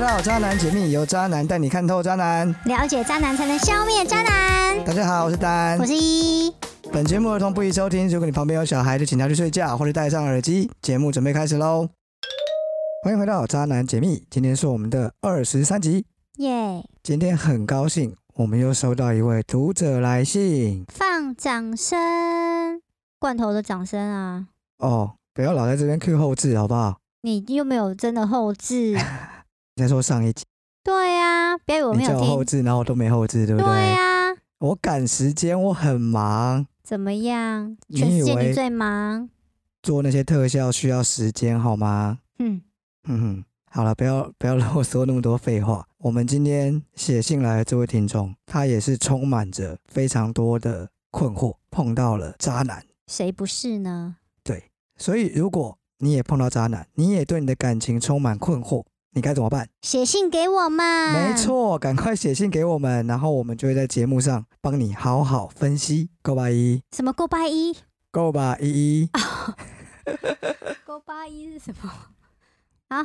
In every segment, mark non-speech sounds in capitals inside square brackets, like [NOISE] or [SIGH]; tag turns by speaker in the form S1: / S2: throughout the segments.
S1: 到《渣男解密》，由渣男带你看透渣男。
S2: 了解渣男才能消灭渣男。
S1: 大家好，我是丹
S2: 我。是一，
S1: 本节目儿童不宜收听，如果你旁边有小孩，就请他去睡觉或者戴上耳机。节目准备开始喽！欢迎回到《渣男解密》，今天是我们的二十三集。
S2: 耶！
S1: 今天很高兴，我们又收到一位读者来信
S2: 放掌声，罐头的掌声啊！
S1: 哦，不要老在这边 Q 后置好不好？
S2: 你又没有真的后
S1: [LAUGHS]
S2: 置，
S1: 你在说上一集，
S2: 对呀、不要以为我
S1: 你
S2: 没
S1: 叫
S2: 有
S1: 我后
S2: 听，
S1: 置，然后我都没后置，对不对？
S2: 对啊呀、
S1: 我赶时间，我很忙，
S2: 怎么样？
S1: 你
S2: 全世界
S1: 以为
S2: 你最忙，
S1: 做那些特效需要时间，好吗？
S2: 嗯，
S1: 嗯哼，好了，不要不要 [LAUGHS] 让我说那么多废话。我们今天写信来的这位听众，他也是充满着非常多的困惑，碰到了渣男。
S2: 谁不是呢？
S1: 所以，如果你也碰到渣男，你也对你的感情充满困惑，你该怎么办？
S2: 写信给我嘛，
S1: 没，错，赶快写信给我们，然后我们就会在节目上帮你好好分析。够吧一，
S2: 什么勾八一，
S1: 够吧一
S2: 啊
S1: 一，
S2: 勾八一是什么？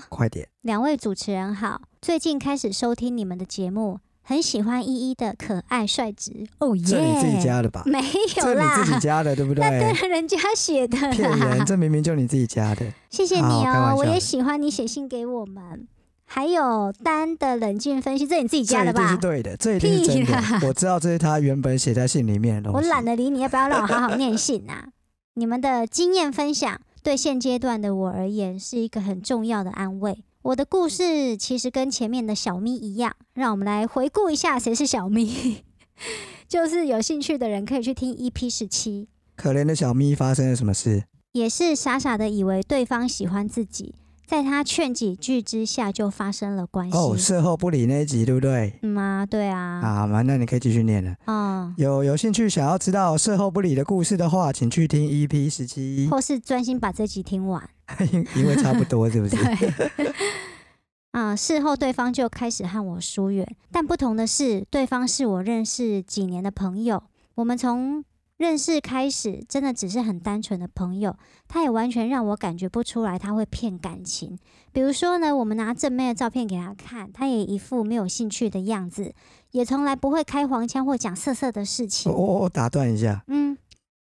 S1: 快点！
S2: 两位主持人好，最近开始收听你们的节目，很喜欢依依的可爱率直。哦耶！
S1: 这你自己加的吧？
S2: 没有
S1: 这你
S2: 啦，
S1: 自己加的，对不
S2: [LAUGHS] 那当
S1: 对？
S2: 然人家写的
S1: 骗人！
S2: 啦。
S1: 这明明就你自己加的。
S2: 谢谢你
S1: 好开玩
S2: 哦
S1: 笑，
S2: 我
S1: 的
S2: 也喜欢你写信给我们。还有丹的冷静分析，这你自己
S1: 这
S2: 加
S1: 一
S2: 的
S1: 定是
S2: 吧？
S1: 对的，这一定是真
S2: 屁啦
S1: 的。我知道这是他原本写在信里面的东
S2: 我
S1: 西。
S2: 懒得理你，要不要让我好好念信啊？ [LAUGHS] 你们的经验分享对现阶段的我而言是一个很重要的安慰。我的故事其实跟前面的小咪一样，让我们来回顾一下谁是小咪。 [LAUGHS] 就是有兴趣的人可以去听 EP 十七，
S1: 可怜的小咪发生了什么事？
S2: 也是傻傻的以为对方喜欢自己，在他劝几句之下就发生了关系。
S1: 哦，事后不理那一集，对不对？
S2: 嗯啊，对啊，
S1: 啊，那你可以继续念了。
S2: 嗯，
S1: 有有兴趣想要知道事后不理的故事的话，请去听 EP 十七， [LAUGHS]
S2: 或是专心把这集听完。
S1: 因因为差不多，是不是？
S2: [LAUGHS] 对， [LAUGHS] 啊、事后对方就开始和我疏远，但不同的是，对方是我认识几年的朋友，我们从认识开始，真的只是很单纯的朋友，他也完全让我感觉不出来他会骗感情。比如说呢，我们拿正妹的照片给他看，他也一副没有兴趣的样子，也从来不会开黄腔或讲色色的事
S1: 我
S2: 情。
S1: 我我打断一下，
S2: 嗯，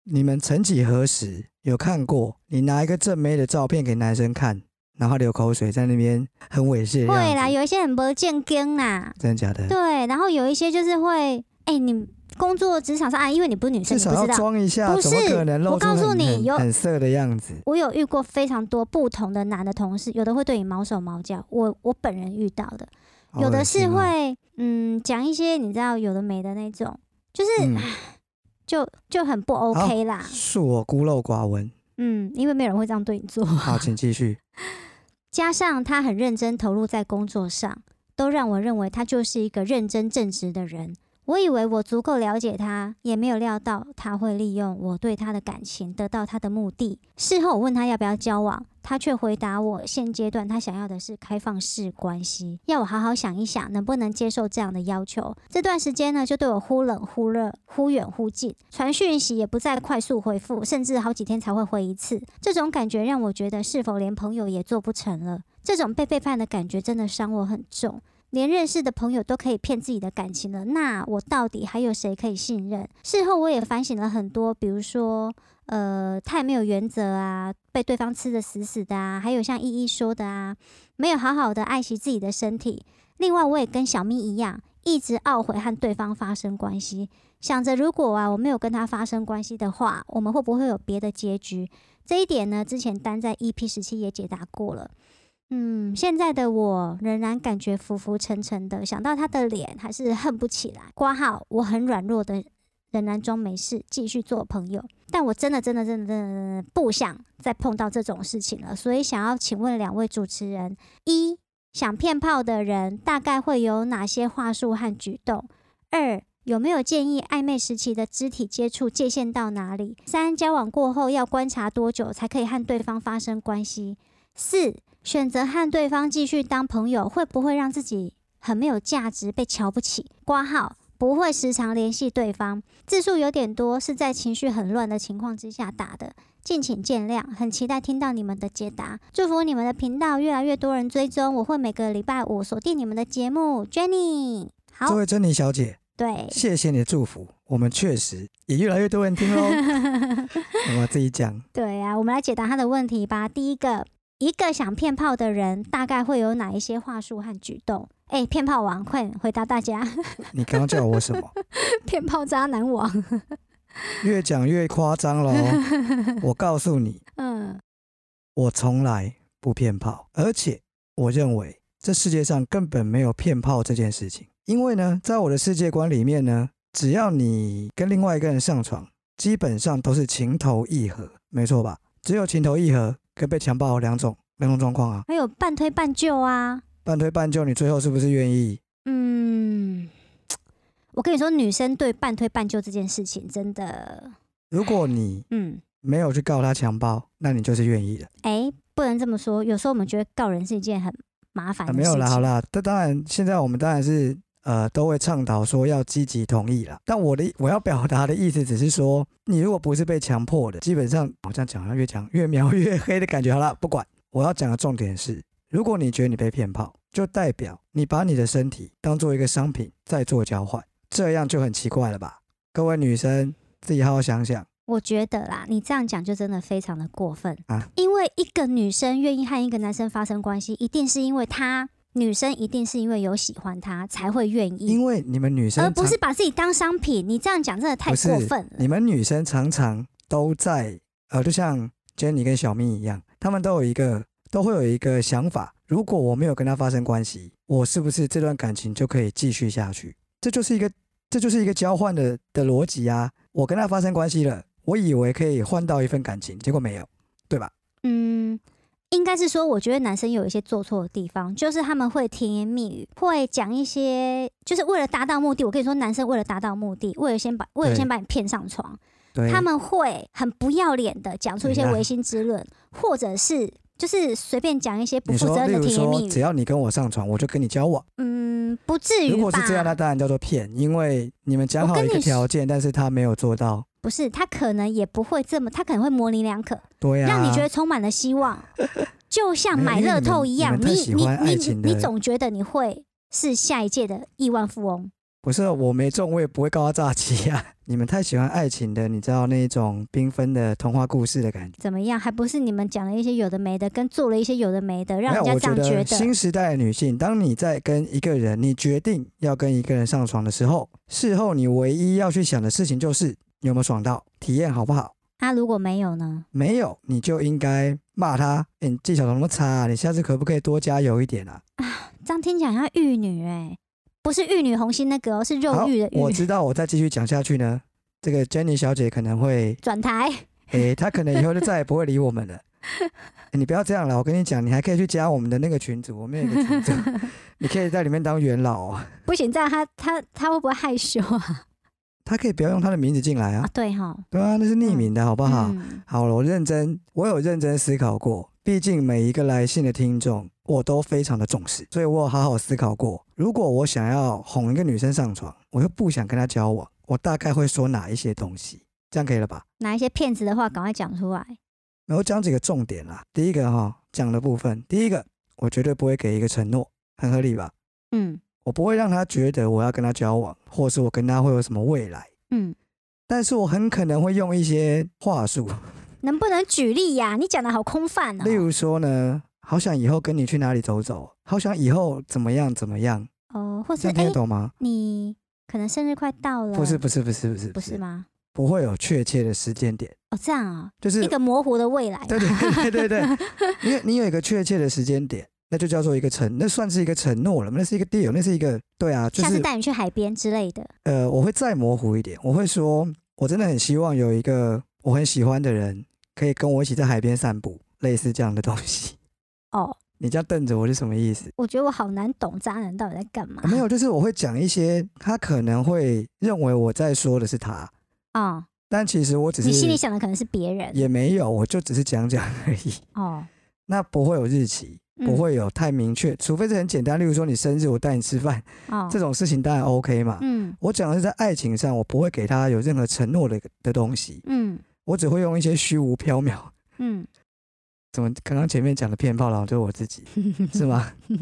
S1: 你们曾几何时有看过你拿一个正妹的照片给男生看，然后流口水在那边很猥亵的
S2: 会
S1: 样
S2: 啦，
S1: 子？
S2: 有一些很不见根啦。
S1: 真的假的？
S2: 对，然后有一些就是会，哎、你工作职场上啊，因为你不是女生，
S1: 至
S2: 你不
S1: 少要
S2: 知道。
S1: 装一下，
S2: 不
S1: 怎么
S2: 是
S1: 可能露
S2: 我
S1: 出
S2: 告诉
S1: 很
S2: 你
S1: 很
S2: 有
S1: 很色的样子？
S2: 我有遇过非常多不同的男的同事，有的会对你毛手毛脚，我我本人遇到的，
S1: 好
S2: 有的
S1: 恶
S2: 是
S1: 心哦
S2: 会嗯讲一些你知道有的没的那种，就是、啊
S1: 嗯
S2: 就就很不 OK 啦，
S1: 恕我孤陋寡
S2: [LAUGHS]
S1: 闻。
S2: 嗯，因为没有人会这样对你做， [LAUGHS]
S1: 好，请继续。
S2: 加上他很认真投入在工作上，都让我认为他就是一个认真正直的人。我以为我足够了解他，也没有料到他会利用我对他的感情得到他的目的。事后我问他要不要交往，他却回答我，现阶段他想要的是开放式关系，要我好好想一想能不能接受这样的要求。这段时间呢，就对我忽冷忽热、忽远忽近，传讯息也不再快速回复，甚至好几天才会回一次。这种感觉让我觉得，是否连朋友也做不成了？这种被背叛的感觉真的伤我很重。连认识的朋友都可以骗自己的感情了，那我到底还有谁可以信任？事后我也反省了很多，比如说，呃，太没有原则啊，被对方吃的死死的啊，还有像依依说的啊，没有好好的爱惜自己的身体。另外，我也跟小咪一样，一直懊悔和对方发生关系，想着如果啊我没有跟他发生关系的话，我们会不会有别的结局？这一点呢，之前单在 EP 十七也解答过了。嗯，现在的我仍然感觉浮浮沉沉的，想到他的脸还是恨不起来。挂号，我很软弱的，仍然装没事，继续做朋友。但我真的真的真的真的真的不想再碰到这种事情了，所以想要请问两位主持人：一，想骗炮的人大概会有哪些话术和举动？二有没有建议暧昧时期的肢体接触界限到哪里？三交往过后要观察多久才可以和对方发生关系？四选择和对方继续当朋友，会不会让自己很没有价值，被瞧不起？挂号不会时常联系对方，字数有点多，是在情绪很乱的情况之下打的，敬请见谅。很期待听到你们的解答，祝福你们的频道越来越多人追踪，我会每个礼拜五锁定你们的节目。Jenny，
S1: 这
S2: 好，
S1: 位珍妮小姐，
S2: 对，
S1: 谢谢你的祝福，我们确实也越来越多人听
S2: [LAUGHS]
S1: 喽。我自己讲，
S2: 对啊呀、我们来解答他的问题吧。第一个，一个想骗炮的人大概会有哪一些话术和举动？哎，骗炮王，快点回答大家！ [LAUGHS]
S1: 你刚刚叫我什么？
S2: 骗炮渣男王，
S1: 越讲越夸张喽。我告诉你，
S2: 嗯，
S1: 我从来不骗炮，而且我认为这世界上根本没有骗炮这件事情。因为呢，在我的世界观里面呢，只要你跟另外一个人上床，基本上都是情投意合，没错吧？只有情投意合跟被强暴两种两种状况啊，
S2: 还有半推半就啊，
S1: 半推半就，你最后是不是愿意？
S2: 嗯，我跟你说，女生对半推半就这件事情真的，
S1: 如果你
S2: 嗯，
S1: 没有去告他强暴，那你就是愿意的。
S2: 哎，不能这么说。有时候我们觉得告人是一件很麻烦
S1: 啊，
S2: 的
S1: 没
S2: 事情。
S1: 有啦，好啦，这当然，现在我们当然是呃都会倡导说要积极同意啦。但我的我要表达的意思只是说，你如果不是被强迫的，基本上好像讲好像越讲越描越黑的感觉。好啦，不管，我要讲的重点是，如果你觉得你被骗炮，就代表你把你的身体当做一个商品在做交换，这样就很奇怪了吧？各位女生自己好好想想，
S2: 我觉得啦，你这样讲就真的非常的过分
S1: 啊
S2: 因为一个女生愿意和一个男生发生关系，一定是因为她女生一定是因为有喜欢他才会愿意，
S1: 因为你们女生
S2: 呃而不
S1: 常
S2: 是把自己当商品。你这样讲真的太
S1: 不是
S2: 过分了。
S1: 你们女生常常都在呃，就像 Jenny 跟小咪一样，她们都有一个都会有一个想法：如果我没有跟他发生关系，我是不是这段感情就可以继续下去？这就是一个这就是一个交换的的逻辑啊！我跟他发生关系了，我以为可以换到一份感情，结果没有，对吧？
S2: 嗯，应该是说，我觉得男生有一些做错的地方，就是他们会甜言蜜语，会讲一些，就是为了达到目的。我跟你说，男生为了达到目的，为了先把为了
S1: 对
S2: 先把你骗上床，
S1: 对，
S2: 他们会很不要脸的讲出一些
S1: 对啊
S2: 违心之论，或者是就是随便讲一些不
S1: 你
S2: 负责
S1: 说，例
S2: 任
S1: 如
S2: 的甜言
S1: 说，
S2: 蜜
S1: 只
S2: 语。
S1: 要你跟我上床，我就跟你交往。
S2: 嗯，不至于吧？
S1: 如果是这样，那当然叫做骗，因为你们讲
S2: 我
S1: 好
S2: 跟
S1: 一个
S2: 你
S1: 条件，但是他没有做到。
S2: 不是，他可能也不会这么，他可能会模棱两可，
S1: 对呀、啊，
S2: 让你觉得充满了
S1: [LAUGHS]
S2: 希望，就像
S1: 没有
S2: 买
S1: 因为
S2: 乐
S1: 你
S2: 透
S1: 们
S2: 一
S1: 你
S2: 样，
S1: 们太
S2: 你
S1: 喜
S2: 你
S1: 欢爱
S2: 你
S1: 情
S2: 你
S1: 的
S2: 总觉得你会是下一届的亿万富翁。
S1: 不是我没中，我也不会告他诈欺啊！ [LAUGHS] 你们太喜欢爱情的，你知道那种缤纷的童话故事的感觉。
S2: 怎么样？还不是你们讲了一些有的没的，跟做了一些有的没的，让
S1: 没
S2: 人
S1: 有
S2: 家
S1: 我
S2: 这样
S1: 得
S2: 觉
S1: 新时代的女性，当你在跟一个人，你决定要跟一个人上床的时候，事后你唯一要去想的事情就是有没有爽到，体验好不好。
S2: 啊，如果没有呢？
S1: 没有，你就应该骂他，诶你技巧怎么那么差、啊？你下次可不可以多加油一点啊？
S2: 这样听起来像玉女哎、不是玉女红心那个哦，是肉
S1: 好
S2: 欲的，
S1: 我
S2: 玉。
S1: 知道，我再继续讲下去呢，这个 Jenny 小姐可能会
S2: 转台， [LAUGHS]
S1: [LAUGHS] 诶、他可能以后就再也不会理我们了。诶你不要这样了，我跟你讲，你还可以去加我们的那个群组，我们有一个群组，你可以在里面当元老、哦。
S2: 不行，这样他他他会不会害羞啊？
S1: 他可以不要用他的名字进来
S2: 啊
S1: [LAUGHS] 啊，，
S2: 对哈，
S1: 对啊，那是匿名的，好不好？
S2: 嗯，
S1: 好了，我认真，我有认真思考过，毕竟每一个来信的听众，我都非常的重视，所以我有好好思考过，如果我想要哄一个女生上床，我又不想跟她交往，我大概会说哪一些东西？这样可以了吧？
S2: 哪一些骗子的话，赶快讲出来。
S1: 那我讲几个重点啦。第一个哈、讲的部分，第一个我绝对不会给一个承诺，很合理吧？
S2: 嗯
S1: 我不会让他觉得我要跟他交往，或是我跟他会有什么未来。
S2: 嗯，
S1: 但是我很可能会用一些话术，
S2: 能不能举例呀、你讲的好空泛哦。
S1: 例如说呢，好想以后跟你去哪里走走，好想以后怎么样怎么样，
S2: 哦，或是
S1: 这
S2: 哎
S1: 样、听得懂吗？
S2: 你可能生日快到了，
S1: 不是不是不是不是
S2: 不是？吗？
S1: 不会有确切的时间点，
S2: 哦，这样啊、
S1: 就是
S2: 一个模糊的未来啊。
S1: 对对对对对，你有你有一个确切的时间点，那就叫做一个承，那算是一个承诺了，那是一个 deal，那是一个对啊，就
S2: 下次
S1: 是
S2: 带你去海边之类的。
S1: 呃，我会再模糊一点，我会说，我真的很希望有一个我很喜欢的人可以跟我一起在海边散步，类似这样的东西。 [LAUGHS]
S2: 哦，
S1: 你这样瞪着我是什么意思？
S2: 我觉得我好难懂渣男到底在干嘛。
S1: 啊没有，就是我会讲一些他可能会认为我在说的是他，
S2: 哦，
S1: 但其实我只
S2: 你心
S1: 是
S2: 里想的可能是别人
S1: 也没有，我就只是讲讲而已。
S2: 哦。
S1: 那不会有日期，
S2: 嗯
S1: 不会有太明确，除非是很简单，例如说你生日我带你吃饭
S2: 哦
S1: 这，种事情，当然 OK 嘛。
S2: 嗯
S1: 我讲的是在爱情上，我不会给他有任何承诺的的东西，
S2: 嗯
S1: 我只会用一些虚无缥缈，
S2: 嗯，
S1: 怎么刚刚前面讲的骗炮郎就是我自己，是吗？ [LAUGHS]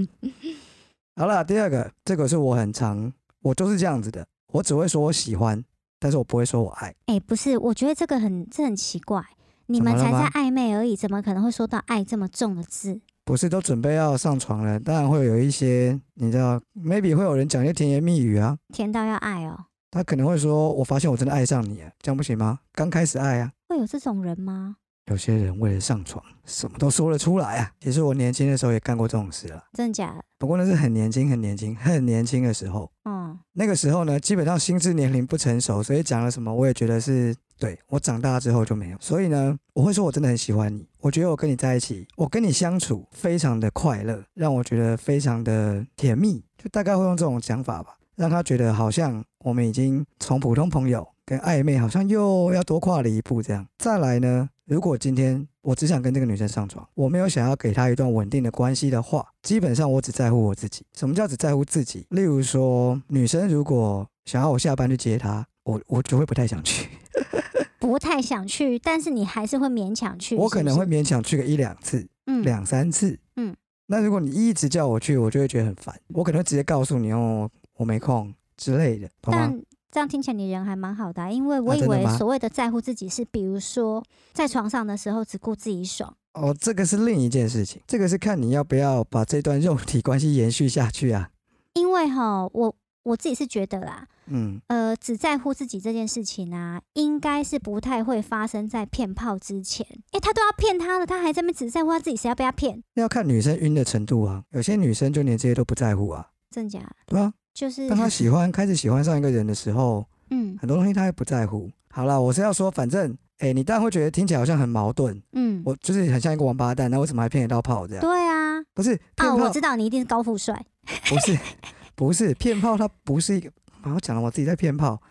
S1: 好了，第二个，这个是我很常，我就是这样子的，我只会说我喜欢，但是我不会说我爱。
S2: 哎、不是，我觉得这个很这很奇怪，你
S1: 怎
S2: 们
S1: 么了
S2: 才在
S1: 吗
S2: 暧昧而已，怎么可能会说到爱这么重的字？
S1: 不是都准备要上床了，当然会有一些，你知道，maybe 会有人讲一些甜言蜜语啊，
S2: 甜到要爱哦，
S1: 他可能会说，我发现我真的爱上你了，这样不行吗？刚开始爱啊，
S2: 会有这种人吗？
S1: 有些人为了上床，什么都说了出来啊。其实我年轻的时候也干过这种事了，
S2: 真的假的？
S1: 不过那是很年轻、很年轻、很年轻的时候。
S2: 哦、
S1: 那个时候呢，基本上心智年龄不成熟，所以讲了什么，我也觉得是对我长大之后就没有。所以呢，我会说我真的很喜欢你，我觉得我跟你在一起，我跟你相处非常的快乐，让我觉得非常的甜蜜，就大概会用这种讲法吧，让他觉得好像我们已经从普通朋友跟暧昧，好像又要多跨了一步这样。再来呢，如果今天我只想跟这个女生上床，我没有想要给她一段稳定的关系的话，基本上我只在乎我自己。什么叫只在乎自己？例如说，女生如果想要我下班去接她，我我就会不太想去，
S2: 不太想去，但是你还是会勉强去。
S1: 我
S2: 是
S1: 可
S2: 不
S1: 能
S2: 是
S1: 会勉强去个一两次、
S2: 嗯
S1: 两三次。
S2: 嗯，
S1: 那如果你一直叫我去，我就会觉得很烦，我可能会直接告诉你哦，我没空之类的，懂吗？
S2: 但这样听起来你人还蛮好的啊、因为我
S1: 啊
S2: 以
S1: 真的
S2: 为
S1: 吗
S2: 所谓的在乎自己是，比如说在床上的时候只顾自己爽，
S1: 哦，这个是另一件事情，这个是看你要不要把这段肉体关系延续下去啊。
S2: 因为哈，我我自己是觉得啦，
S1: 嗯，
S2: 呃，只在乎自己这件事情啊，应该是不太会发生在骗炮之前。诶，他都要骗他了，他还在那边只在乎他自己，谁要被他骗？
S1: 那要看女生晕的程度啊，有些女生就连这些都不在乎啊，
S2: 真假？
S1: 对啊。
S2: 就是
S1: 当她喜欢开始喜欢上一个人的时候，
S2: 嗯
S1: 很多东西她也不在乎。好啦，我是要说，反正，哎、你当然会觉得听起来好像很矛盾，
S2: 嗯，
S1: 我就是很像一个王八蛋，那为什么还骗得到炮这样？
S2: 对啊，
S1: 不是骗炮，
S2: 啊，我知道你一定是高富帅，
S1: 不是，不是骗炮，它不是一个。啊我讲了，我自己在骗
S2: [LAUGHS]
S1: 炮，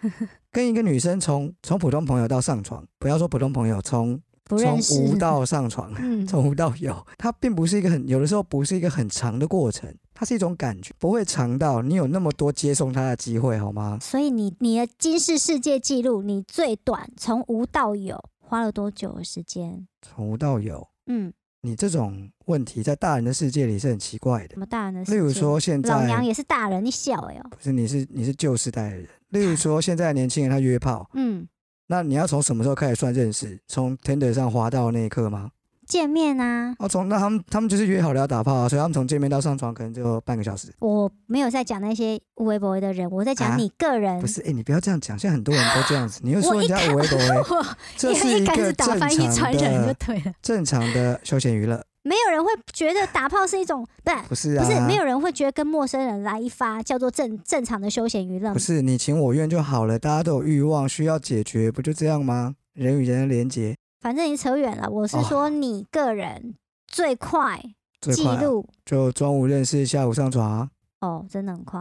S1: 跟一个女生从从普通朋友到上床，不要说普通朋友，从
S2: 不认
S1: 从
S2: 识。
S1: 无到上床，
S2: 嗯
S1: 从无到有，它并不是一个很有的时候不是一个很长的过程，它是一种感觉，不会长到你有那么多接送它的机会，好吗？
S2: 所以你你的金氏世界纪录，你最短从无到有花了多久的时间？
S1: 从无到有，
S2: 嗯，
S1: 你这种问题在大人的世界里是很奇怪的
S2: 什。么大人的世
S1: 例
S2: 界？
S1: 如说现
S2: 嗯老娘
S1: 在
S2: 也是大人，你小哎、哦，
S1: 不是你是你是旧时代的人，例如说现在年轻人他约炮，
S2: 嗯，
S1: 那你要从什么时候开始算认识？从 Tinder 上滑到那一刻吗？
S2: 见面啊，
S1: 哦，从那他们他们就是约好了要打炮啊，所以他们从见面到上床可能就半个小时。
S2: 我没有在讲那些无微不微的人，我在讲
S1: 啊
S2: 你个人。
S1: 不是，哎、你不要这样讲，现在很多人都这样子，你又说人家无微不微，
S2: [LAUGHS] [LAUGHS] 我
S1: 这
S2: 因为
S1: 是
S2: 一开
S1: 个
S2: 始打
S1: 正
S2: 翻译传
S1: 常
S2: 人就
S1: 的、
S2: 对了，
S1: 正常的休闲娱乐，
S2: 没有人会觉得打炮是一种不是、
S1: 不是
S2: 不
S1: 啊？
S2: 是没有人会觉得跟陌生人来一发叫做正正常的休闲娱乐
S1: 不。是你情我愿就好了，大家都有欲望需要解决，不就这样吗？人与人的连接
S2: 反正你扯远了，我是
S1: 哦
S2: 说你个人最快
S1: 最
S2: 记
S1: 快啊、
S2: 录
S1: 就中午认识，下午上床啊。
S2: 哦，真的很快。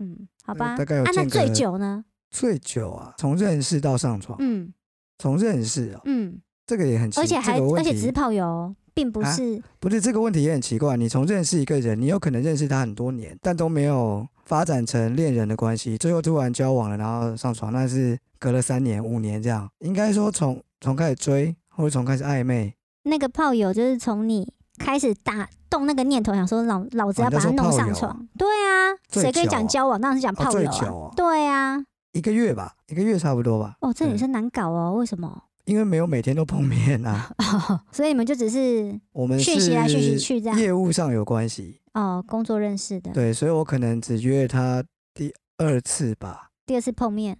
S2: 嗯，好
S1: 呃
S2: 吧。
S1: 大概有
S2: 啊，那
S1: 间隔
S2: 最久呢？
S1: 最久啊，从认识到上床，
S2: 嗯
S1: 从认识哦，
S2: 嗯，
S1: 这个也很奇，
S2: 而且还、
S1: 这个
S2: 而
S1: 问
S2: 且只是
S1: 题
S2: 炮友哦，并不
S1: 啊
S2: 是
S1: 不是这个问题也很奇怪。你从认识一个人，你有可能认识他很多年，但都没有发展成恋人的关系，最后突然交往了，然后上床，那是隔了三年、五年这样。应该说从从开始追，或者从开始暧昧，
S2: 那个炮友，就是从你开始打动那个念头，想说老老子
S1: 哦
S2: 要
S1: 你在
S2: 把他
S1: 说
S2: 弄
S1: 炮
S2: 上
S1: 友
S2: 床。对啊，
S1: 最
S2: 谁跟你
S1: 久
S2: 讲
S1: 哦
S2: 交往，当然是讲
S1: 哦
S2: 炮
S1: 最
S2: 友啊。
S1: 久哦
S2: 对啊，
S1: 一个月吧，一个月差不多吧。
S2: 哦，这女
S1: 嗯
S2: 生难搞哦，为什么？
S1: 因为没有每天都碰面啊，
S2: 所以你们就只是
S1: 我们
S2: 讯息来讯息
S1: 是
S2: 去这样
S1: 业务上有关系，
S2: 哦工作认识的，
S1: 对，所以我可能只约他第二次吧，
S2: 第二次碰面，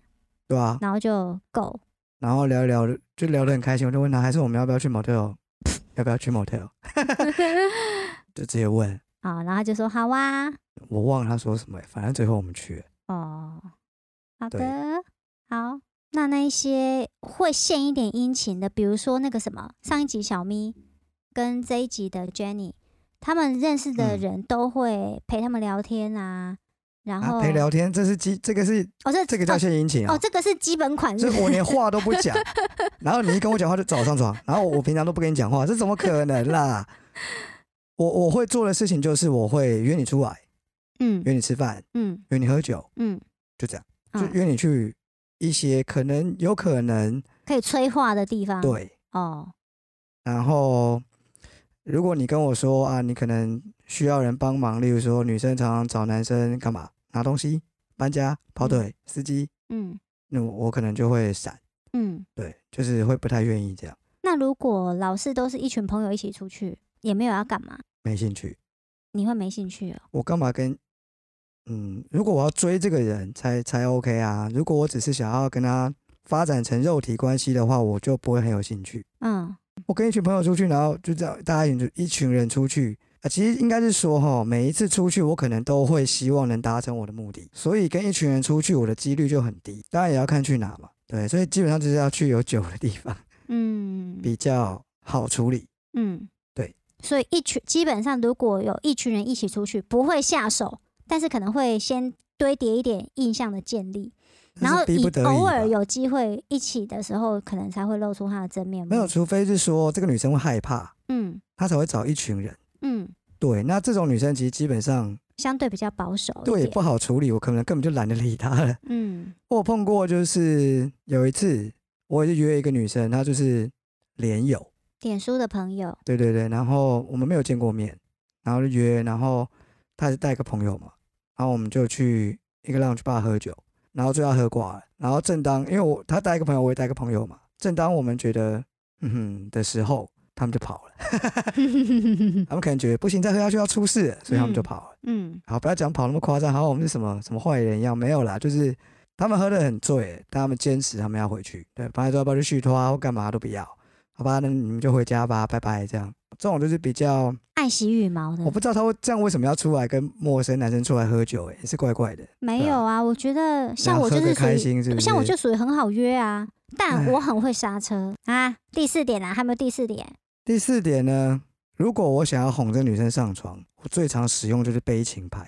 S1: 对吧、
S2: 然后就够。
S1: 然后聊一聊，就聊得很开心，我就问他，还是我们要不要去 motel，要不 [LAUGHS] 要去 motel，就直接问，
S2: 好，然后他就说好啊，
S1: 我忘了他说什么欸，反正最后我们去了。
S2: 哦，好
S1: 对
S2: 的，好。那那一些会献一点殷勤的，比如说那个什么，上一集小咪跟这一集的 Jenny，他们认识的
S1: 嗯
S2: 人都会陪他们聊天啊，然后
S1: 啊，陪聊天，这是基，这个是
S2: [LAUGHS] 哦，这
S1: 这个叫献殷勤
S2: 哦
S1: 啊
S2: 哦，。这个是基本款是
S1: 这
S2: 不是
S1: 我连话都不讲， [LAUGHS] 然后你一跟我讲话就找我上床，然后我平常都不跟你讲话，这怎么可能啦？我我会做的事情就是我会约你出来，
S2: 嗯
S1: 约你吃饭，
S2: 嗯
S1: 约你喝酒，
S2: 嗯，
S1: 就这样，就
S2: 嗯
S1: 约你去一些可能有可能
S2: 可以催化的地方。，
S1: 对，
S2: 哦，
S1: 然后如果你跟我说啊，你可能需要人帮忙，例如说女生常常找男生干嘛拿东西、搬家、跑腿、司机，
S2: 嗯
S1: 那我我可能就会闪，
S2: 嗯。
S1: 对，就是会不太愿意这样，
S2: 那如果老是都是一群朋友一起出去，也没有要干嘛，
S1: 没兴趣。
S2: 你会没兴趣哦。
S1: 我干嘛跟？嗯，如果我要追这个人才才 OK 啊。如果我只是想要跟他发展成肉体关系的话，我就不会很有兴趣。
S2: 嗯
S1: 我跟一群朋友出去，然后就这样，大家一群一群人出去啊、其实应该是说哈，每一次出去，我可能都会希望能达成我的目的，所以跟一群人出去，我的几率就很低。当然也要看去哪嘛，对，所以基本上就是要去有酒的地方
S2: 嗯
S1: 比较好处理。
S2: 嗯，
S1: 对。
S2: 所以一群基本上如果有一群人一起出去，不会下手，但是可能会先堆叠一点印象的建立，然后
S1: 这是逼
S2: 以
S1: 不得已
S2: 偶尔
S1: 吧
S2: 有机会一起的时候，可能才会露出他的真面目。
S1: 没有，除非是说这个女生会害怕，
S2: 嗯
S1: 她才会找一群人。
S2: 嗯，
S1: 对，那这种女生其实基本上
S2: 相对比较保守一
S1: 对也
S2: 点。
S1: 不好处理，我可能根本就懒得理她了。
S2: 嗯
S1: 我有碰过，就是有一次，我也是约一个女生，她就是连友，
S2: 脸书的朋友，
S1: 对对对，然后我们没有见过面，然后就约，然后他也是带个朋友嘛，然后我们就去一个 lounge bar 喝酒，然后最后喝挂了，然后正当因为我他带一个朋友，我也带一个朋友嘛，正当我们觉得嗯哼的时候，他们就跑了， [LAUGHS] 他们可能觉得不行，再喝下去要出事了，所以他们就
S2: 嗯
S1: 跑了。
S2: 嗯
S1: 好，不要讲跑那么夸张，好像我们是什么什么坏人一样，没有啦，就是他们喝得很醉，但他们坚持他们要回去，对，本来说要不要去续托啊或干嘛都不要，好吧，那你们就回家吧，拜拜，这样。这种就是比较，
S2: 爱惜羽毛的
S1: 我。不知道他会这样为什么要出来跟陌生男生出来喝酒、欸，也是怪怪的。
S2: 没
S1: 对啊
S2: 有啊，我觉得
S1: 然
S2: 像
S1: 后
S2: 我
S1: 喝
S2: 就是
S1: 个
S2: 属
S1: 开
S2: 于
S1: 心，是不是？哎
S2: 像我就属于很好约啊，但
S1: 唉
S2: 我很会刹车啊。第四点啊，还有没有第四点？
S1: 第四点呢，如果我想要哄这女生上床，我最常使用就是悲情牌，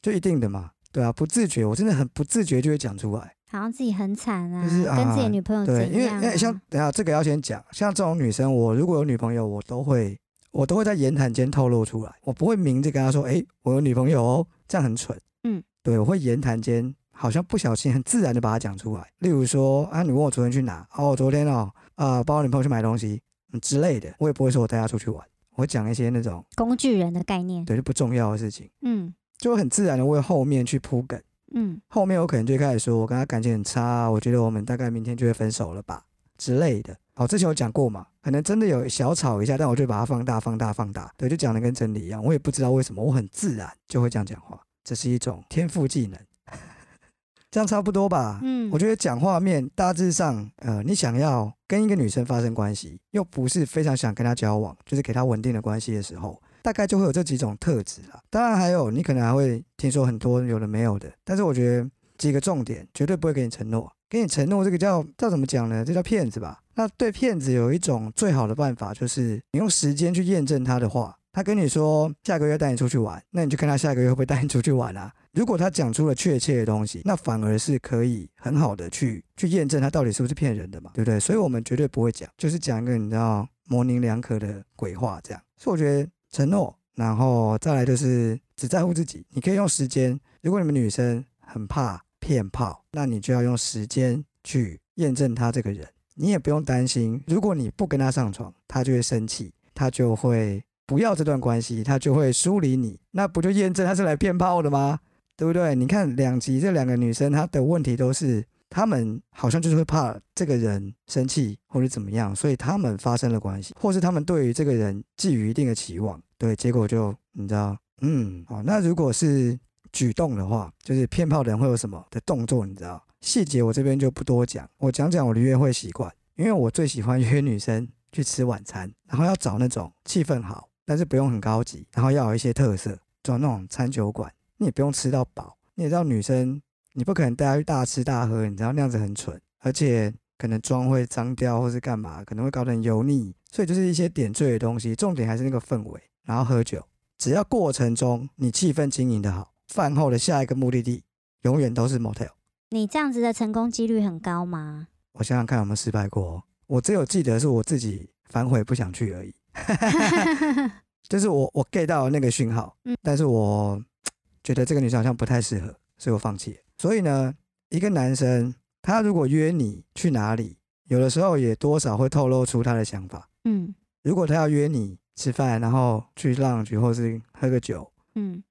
S1: 就一定的嘛，对啊，不自觉，我真的很不自觉就会讲出来。
S2: 好像自己很惨啊，
S1: 就是
S2: 跟自己
S1: 啊
S2: 的女朋友
S1: 对，
S2: 怎
S1: 因为
S2: 样、
S1: 因
S2: 啊？
S1: 为像等一下这个要先讲，像这种女生，我如果有女朋友，我都会我都会在言谈间透露出来，我不会明着跟她说，哎、我有女朋友哦，这样很蠢。
S2: 嗯，
S1: 对，我会言谈间好像不小心很自然的把它讲出来，例如说啊，你问我昨天去哪？哦，我昨天哦，啊、帮我女朋友去买东西、嗯、之类的，我也不会说我带她出去玩，我会讲一些那种
S2: 工具人的概念。
S1: 对就不重要的事情，
S2: 嗯
S1: 就会很自然的为后面去铺梗。
S2: 嗯
S1: 后面我可能就会开始说，我跟他感情很差，我觉得我们大概明天就会分手了吧之类的。好，之前有讲过嘛，可能真的有小吵一下，但我就把它放大、放大、放大，对，就讲的跟真理一样。我也不知道为什么，我很自然就会这样讲话，这是一种天赋技能。 [LAUGHS] 这样差不多吧。
S2: 嗯，
S1: 啊我觉得讲画面大致上，呃，你想要跟一个女生发生关系，又不是非常想跟她交往，就是给她稳定的关系的时候，大概就会有这几种特质啦。当然还有，你可能还会听说很多有的没有的，但是我觉得几个重点绝对不会给你承诺，给你承诺这个叫叫怎么讲呢？这叫骗子吧？那对骗子有一种最好的办法，就是你用时间去验证他的话。他跟你说下个月带你出去玩，那你就看他下个月会不会带你出去玩啊？如果他讲出了确切的东西，那反而是可以很好的去去验证他到底是不是骗人的嘛，对不对？所以我们绝对不会讲，就是讲一个你知道模棱两可的鬼话这样。所以我觉得承诺，然后再来就是只在乎自己，你可以用时间。如果你们女生很怕骗炮，那你就要用时间去验证他这个人。你也不用担心，如果你不跟他上床，他就会生气，他就会不要这段关系，他就会疏离你，那不就验证他是来骗炮的吗？对不对？你看两集这两个女生，她的问题都是她们好像就是会怕这个人生气或者怎么样，所以她们发生了关系，或是她们对于这个人寄予一定的期望，对，结果就你知道，嗯，哦，那如果是举动的话，就是骗炮的人会有什么的动作，你知道？细节我这边就不多讲，我讲讲我的约会习惯，因为我最喜欢约女生去吃晚餐，然后要找那种气氛好，但是不用很高级，然后要有一些特色，找那种餐酒馆。你也不用吃到饱。你也知道女生，你不可能带她去大吃大喝，你知道那样子很蠢，而且可能妆会脏掉或是干嘛，可能会搞得很油腻。所以就是一些点缀的东西，重点还是那个氛围，然后喝酒。只要过程中你气氛经营的好，饭后的下一个目的地永远都是 motel。
S2: 你这样子的成功几率很高吗？
S1: 我想想看有没有失败过哦、我只有记得是我自己反悔不想去而已。 [LAUGHS] 就是我我 get 到那个讯号，
S2: 嗯
S1: 但是我嘖觉得这个女生好像不太适合，所以我放弃了。所以呢，一个男生他如果约你去哪里，有的时候也多少会透露出他的想法。
S2: 嗯
S1: 如果他要约你吃饭，然后去 lunch 或是喝个酒，
S2: 嗯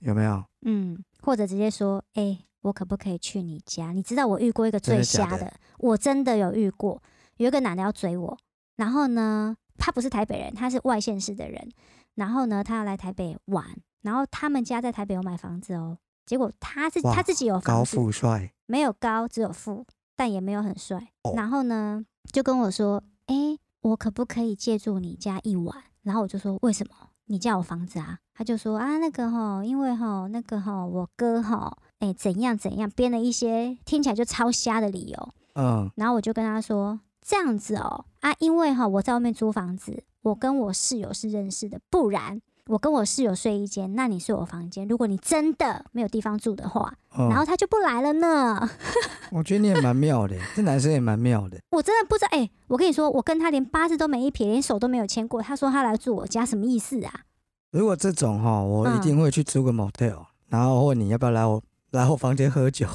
S1: 有没有？
S2: 嗯，或者直接说，哎、我可不可以去你家？你知道我遇过一个
S1: 真
S2: 最
S1: 的假
S2: 瞎
S1: 的
S2: 的，我真的有遇过，有一个男的要追我，然后呢，他不是台北人，他是外县市的人，然后呢，他要来台北玩，然后他们家在台北有买房子哦，结果他自
S1: 哇
S2: 他自己有
S1: 高
S2: 房子，
S1: 富帅，
S2: 没有高，只有富，但也没有很帅。
S1: 哦
S2: 然后呢，就跟我说：“哎、我可不可以借住你家一晚？”然后我就说：“为什么？你家有房子啊？”他就说：“啊，那个吼，因为吼，那个吼，我哥吼，哎、怎样怎样，编了一些听起来就超瞎的理由。”
S1: 嗯，
S2: 然后我就跟他说：“这样子哦，啊，因为哈我在外面租房子，我跟我室友是认识的，不然我跟我室友睡一间，那你睡我房间。如果你真的没有地方住的话，
S1: 嗯
S2: 然后他就不来了呢。”
S1: 我觉得你也蛮妙的，这男生也蛮妙的。
S2: 我真的不知道，哎、我跟你说，我跟他连八字都没一撇，连手都没有牵过。他说他来住我家，什么意思啊？
S1: 如果这种哈，我一
S2: 嗯
S1: 定会去租个 motel，、然后问你要不要来我来我房间喝
S2: [LAUGHS]
S1: 酒，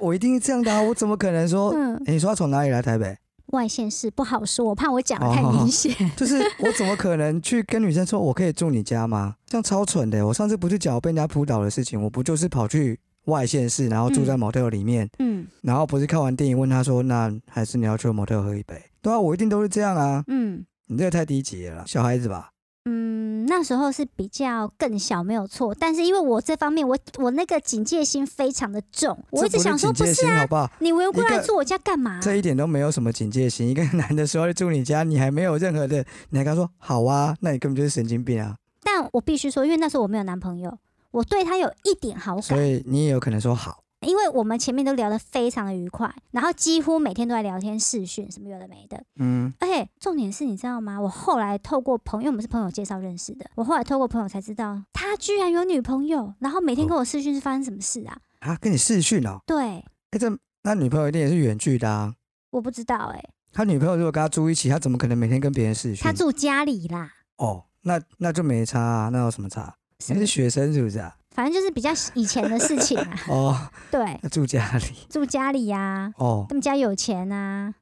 S1: 我一定是这样的、啊，我怎么可能说？
S2: 嗯，
S1: 诶你说他从哪里来台北？
S2: 外县市不好说，我怕我讲的太
S1: 哦 [LAUGHS]
S2: 明显。 [LAUGHS]
S1: 就是我怎么可能去跟女生说我可以住你家吗？这样超蠢的。我上次不是讲我被人家扑倒的事情，我不就是跑去外县市，然后住在 motel 里面，
S2: 嗯
S1: 然后不是看完电影问他说，那还是你要去 motel 喝一杯？对啊，我一定都是这样啊。
S2: 嗯
S1: 你这个太低级了啦，小孩子吧？
S2: 嗯，那时候是比较更小，没有错。但是因为我这方面，我我那个警戒心非常的重，我一
S1: 这
S2: 直
S1: 不是
S2: 想说，
S1: 警
S2: 不
S1: 戒
S2: 是
S1: 心
S2: 啊，
S1: 好不好？
S2: 你围过
S1: 一
S2: 来
S1: 个
S2: 住我家干嘛？
S1: 这一点都没有什么警戒心。一 [LAUGHS] 个男的说要住你家，你还没有任何的，你还跟他说好啊，那你根本就是神经病啊！
S2: 但我必须说，因为那时候我没有男朋友，我对他有一点好感
S1: 所。以你也有可能说好，
S2: 因为我们前面都聊得非常的愉快，然后几乎每天都在聊天、视讯什么有的没的。
S1: 嗯，
S2: 而且重点是你知道吗？我后来透过朋友，因为我们是朋友介绍认识的，我后来透过朋友才知道，他居然有女朋友，然后每
S1: 哦
S2: 天跟我视讯是发生什么事啊？
S1: 啊，跟你视讯哦，
S2: 对，
S1: 哎、这那女朋友一定也是远距的啊。
S2: 我不知道哎、
S1: 他女朋友如果跟他住一起，他怎么可能每天跟别人视讯？
S2: 他住家里啦，
S1: 哦，那那就没差啊，那有什么差？
S2: 什
S1: 你
S2: 么
S1: 是学生是不是
S2: [LAUGHS]
S1: 啊？，
S2: 反正就是比较以前的事情啊
S1: [LAUGHS] 哦，
S2: 对，
S1: 那住家里，
S2: 住家里呀、
S1: 哦
S2: 他们家有钱啊，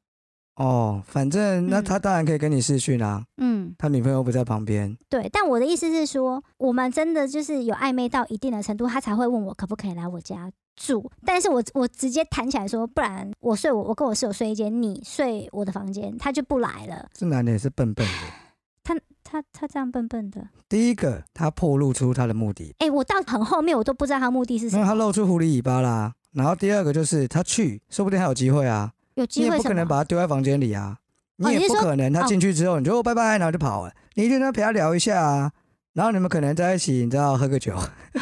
S1: 哦，反正那
S2: 嗯
S1: 他当然可以跟你视讯啊，
S2: 嗯，
S1: 他女朋友不在旁边，
S2: 对。但我的意思是说，我们真的就是有暧昧到一定的程度，他才会问我可不可以来我家。住，但是我我直接弹起来说，不然我睡我我跟我室友睡一间，你睡我的房间，他就不来了。
S1: 这男的也是笨笨的。
S2: 他他这样笨笨的，
S1: 第一个，他暴露出他的目的，
S2: 哎、我到很后面我都不知道他目的是什
S1: 没有，
S2: 么，
S1: 他露出狐狸尾巴啦。然后第二个就是他去，说不定还有机会啊。
S2: 有
S1: 你
S2: 机
S1: 也
S2: 会
S1: 不可
S2: 什
S1: 能
S2: 么？
S1: 把他丢在房间里啊，
S2: 哦
S1: 你
S2: 你
S1: 也
S2: 是
S1: 不
S2: 说
S1: 可能他
S2: 哦
S1: 进去之后你就哦拜拜，然后就跑了。你一定要陪他聊一下啊，然后你们可能在一起，你知道喝个酒，
S2: [LAUGHS]
S1: [LAUGHS]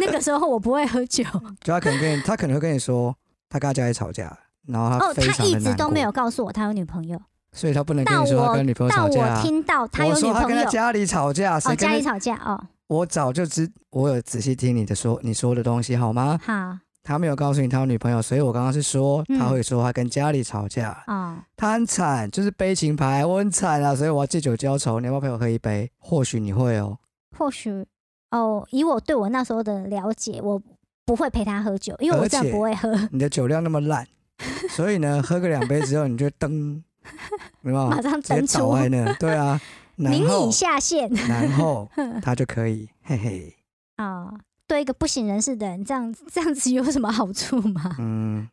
S2: 那个时候我不会喝酒，
S1: 就他可能跟你，他可能会跟你说他跟他家里吵架，然后
S2: 哦，
S1: 非
S2: 他
S1: 常
S2: 一
S1: 的
S2: 直
S1: 难
S2: 都
S1: 过，
S2: 没有告诉我他有女朋友，
S1: 所以他不能跟
S2: 到
S1: 你说他
S2: 我
S1: 跟女朋友
S2: 到
S1: 吵架、
S2: 我
S1: 啊。
S2: 听到他有
S1: 我
S2: 女
S1: 说他
S2: 朋
S1: 跟他
S2: 友，
S1: 家里吵架，
S2: 哦，
S1: 谁跟
S2: 家
S1: 他
S2: 里吵架哦，
S1: 我早就知，我有仔细听你的说你说的东西好吗？
S2: 好
S1: 他没有告诉你他有女朋友，所以我刚刚是说他
S2: 嗯
S1: 会说他跟家里吵架。 [LAUGHS]
S2: 哦，
S1: 他很惨，就是悲情牌，我很惨啊，所以我要借酒浇愁。你要不要陪我喝一杯？或许你会哦。
S2: 或许哦，以我对我那时候的了解，我不会陪他喝酒，因为我
S1: 而
S2: 真的
S1: 且
S2: 不会喝，
S1: 你的酒量那么
S2: [LAUGHS]
S1: 烂，所以呢，喝个两杯之后你就噔，有没有？
S2: [LAUGHS] 马上
S1: 哦直接
S2: 登
S1: 倒
S2: 出，
S1: 在那，对
S2: [LAUGHS]
S1: 啊。然
S2: 明
S1: 后
S2: 你，下线
S1: 然后他就可以，嘿嘿，
S2: [LAUGHS] 哦，对一个不省人事的人，这样这样子有什么好处吗？ [LAUGHS]
S1: 嗯，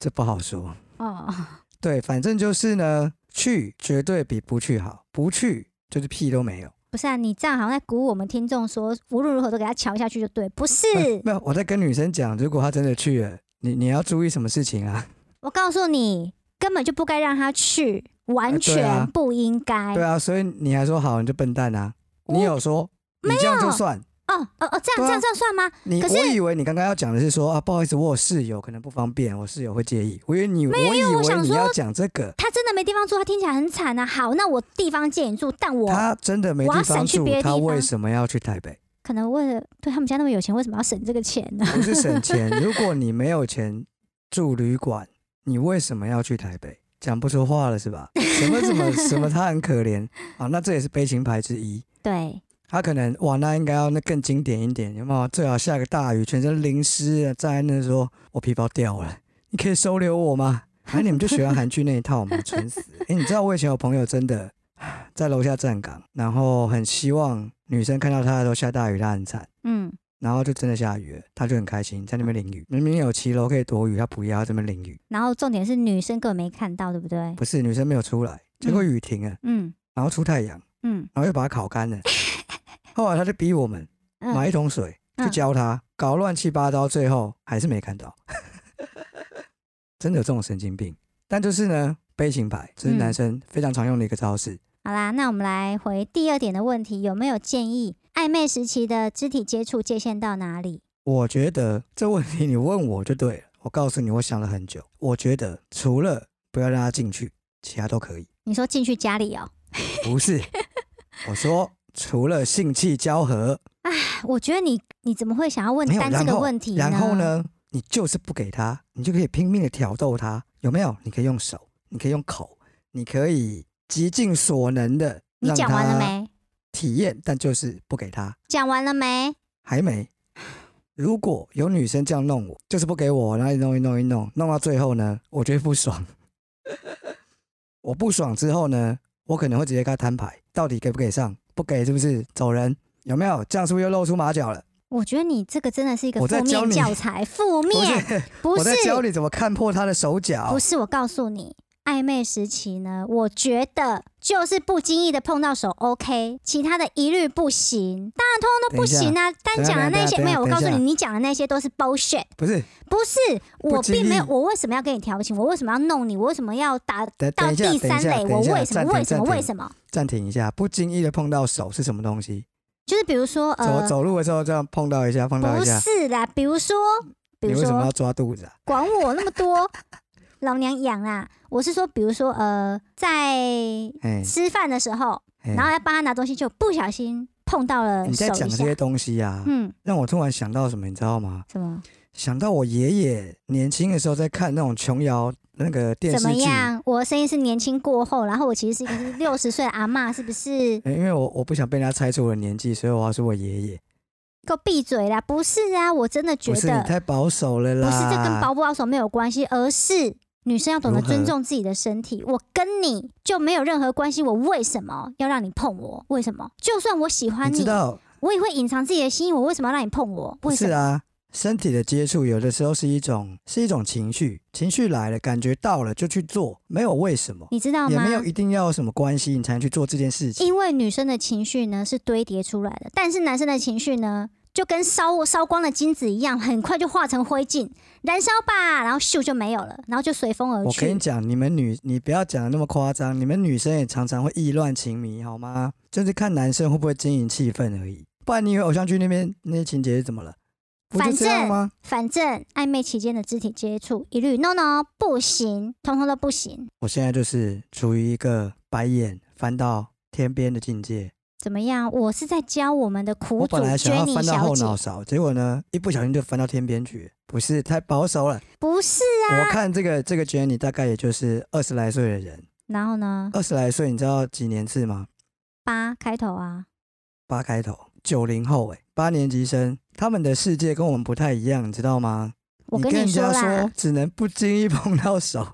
S1: 这不好说。
S2: 哦，
S1: 对，反正就是呢，去绝对比不去好，不去就是屁都没有。
S2: 不是啊，你这样好像在鼓舞我们听众说，无论如何都给他瞧下去就对，不是？
S1: 没有，我在跟女生讲，如果她真的去了，你你要注意什么事情啊？
S2: 我告诉你，根本就不该让他去，完
S1: 对啊
S2: 全不应该。
S1: 对啊，所以你还说好，你就笨蛋啊！你
S2: 哎我
S1: 有说，你这样就算。
S2: 哦哦哦，这
S1: 对啊
S2: 样这样这样算吗？
S1: 你
S2: 可是
S1: 我以为你刚刚要讲的是说啊，不好意思，我有室友可能不方便，我室友会介意。我以为你，我以
S2: 我
S1: 为
S2: 想
S1: 你
S2: 说
S1: 要讲这个，
S2: 他真的没地方住，他听起来很惨啊。好，那我地方借你住，但我
S1: 他真的没
S2: 我
S1: 地
S2: 要
S1: 方
S2: 省去
S1: 住
S2: 别，的
S1: 他
S2: 地
S1: 为
S2: 方
S1: 什么要去台北？
S2: 可能为了对他们家那么有钱，为什么要省这个钱呢？ [LAUGHS]
S1: 不是省钱，如果你没有钱住旅馆，你为什么要去台北？讲不出话了是吧？什么什么什么，他很可怜啊，那这也是悲情牌之一。
S2: 对，
S1: 他可能哇，那应该要那更经典一点，有没有？最好下个大雨，全身淋湿了，站在那说：“我皮包掉了， [LAUGHS] 你可以收留我吗？”哎、你们就喜欢韩剧那一套 [LAUGHS] 嘛，蠢死！哎、你知道我以前有朋友真的 [SIGHS] 在楼下站岗，然后很希望女生看到他的时候下大雨，他很惨，
S2: 嗯，
S1: 然后就真的下雨了，他就很开心，在那边淋雨。明明有骑楼可以躲雨，他不要，在那边淋雨。
S2: 然后重点是女生根本没看到，对不对？
S1: 不是女生没有出来，结果雨停了，
S2: 嗯
S1: 然后出太阳，
S2: 嗯
S1: 然后又把它烤干了。 [LAUGHS] 后来他就逼我们，买一
S2: 嗯，
S1: 桶水去
S2: 嗯
S1: 浇它，搞乱七八糟，最后还是没看到。 [LAUGHS] 真的有这种神经病，但就是呢，悲情牌，这是男
S2: 嗯
S1: 生非常常用的一个招式。
S2: 好啦，那我们来回第二点的问题，有没有建议暧昧时期的肢体接触界限到哪里？
S1: 我觉得这问题你问我就对了，我告诉你，我想了很久，我觉得除了不要让他进去，其他都可以。
S2: 你说进去家里哦、
S1: 不
S2: [LAUGHS]
S1: 是，我说除了性器交合，
S2: 我觉得你你怎么会想要问
S1: 没有
S2: 单这
S1: 然
S2: 个
S1: 后
S2: 问题
S1: 然后？呢，你就是不给他，你就可以拼命的挑逗他，有没有？你可以用手，你可以用口，你可以极尽所能的
S2: 你
S1: 让
S2: 讲完了
S1: 他
S2: 没？
S1: 体验，但就是不给他，
S2: 讲完了没？
S1: 还没。如果有女生这样弄我，就是不给我，然后一弄一弄一弄，弄到最后呢，我就会不爽。 [LAUGHS] 我不爽之后呢，我可能会直接跟他摊牌，到底给不给上？不给是不是走人？有没有？这样是不是又露出马脚了？
S2: 我觉得你这个真的是一个
S1: 我在
S2: 负
S1: 教
S2: 面
S1: 你
S2: 教材，负
S1: 不
S2: 面
S1: 是，
S2: 不
S1: 我
S2: 是
S1: 在教你怎么看破他的手脚。
S2: 不是，我告诉你，暧昧时期呢，我觉得就是不经意的碰到手 OK，其他的一律不行，当然通通都不行啊。单
S1: 一下
S2: 讲的那些
S1: 等一下
S2: 没有，我
S1: 等一
S2: 告
S1: 下
S2: 诉你，你讲的那些都是 bullshit，
S1: 不是，
S2: 不是我
S1: 不经意
S2: 并没有，我为什么要跟你调情？我为什么要弄你？我为什么要打
S1: 等等
S2: 到
S1: 一下，
S2: 第
S1: 等
S2: 三
S1: 一下，
S2: 类？
S1: 等
S2: 我
S1: 一下，
S2: 为什么？为什么？为
S1: 么？
S2: 什么？
S1: 暂停一下，不经意的碰到手是什么东西？
S2: 就是比如说
S1: 走
S2: 呃，
S1: 走路的时候这样碰到一下，碰到
S2: 不
S1: 一下，
S2: 是啦，比如说，比
S1: 你
S2: 如
S1: 为什么
S2: 说
S1: 要，抓肚子啊？
S2: 管我那么多，老娘养啦。我是说，比如说呃，在
S1: [LAUGHS] 哎，
S2: 吃饭的时候，
S1: 哎
S2: 然后要帮他拿东西，就不小心碰到了
S1: 你
S2: 手
S1: 在讲
S2: 一
S1: 这
S2: 下。
S1: 些东西啊，
S2: 嗯，
S1: 让我突然想到什么，你知道吗？
S2: 什么？
S1: 想到我爷爷年轻的时候在看那种琼瑶那个电
S2: 怎么
S1: 视剧。
S2: 样？我的声音是年轻过后，然后我其实是一个六十岁的阿嬷，是不是？
S1: 哎因为我我不想被人家猜出我的年纪，所以我要说我爷爷
S2: 给我闭嘴啦！不是啊，我真的觉
S1: 不是你
S2: 得
S1: 太保守了啦。
S2: 不是这跟保不保守没有关系，而是女生要懂得
S1: 如何
S2: 尊重自己的身体。我跟你就没有任何关系，我为什么要让你碰我？为什么？就算我喜欢
S1: 你知
S2: 你，
S1: 道
S2: 我也会隐藏自己的心意，我为什么要让你碰我？
S1: 不
S2: 为什
S1: 是
S2: 么？
S1: 啊，身体的接触有的时候是一种是一种情绪，情绪来了，感觉到了就去做，没有为什么，
S2: 你知道
S1: 也
S2: 吗？
S1: 没有一定要有什么关系你才能去做这件事情。
S2: 因为女生的情绪呢是堆叠出来的，但是男生的情绪呢就跟烧烧光的金子一样，很快就化成灰烬，燃烧吧，然后咻就没有了，然后就随风而
S1: 我跟
S2: 去
S1: 你。讲，你们女，你不要讲的那么夸张，你们女生也常常会意乱情迷，好吗？就是看男生会不会经营气氛而已，不然你以为偶像剧那边那些情节是怎么了？不就
S2: 反
S1: 这样
S2: 正
S1: 吗？
S2: 反正暧昧期间的肢体接触一律 no no 不行，通通都不行。
S1: 我现在就是处于一个白眼翻到天边的境界。
S2: 怎么样？我是在教我们的苦
S1: 我
S2: 主
S1: 本来想要
S2: Jenny
S1: 翻到
S2: 小
S1: 后脑
S2: 姐，
S1: 勺，结果呢，一不小心就翻到天边去，不是太保守了。
S2: 不是？啊
S1: 我看这个这个 Jenny 大概也就是二十来岁的人，
S2: 然后呢？
S1: 二十来岁你知道几年次吗？
S2: 八开头啊，
S1: 八开头，九零后哎、八年级生，他们的世界跟我们不太一样，你知道吗？
S2: 我
S1: 你
S2: 跟
S1: 人家
S2: 说啦
S1: 说，只能不经意 [LAUGHS] 碰到手，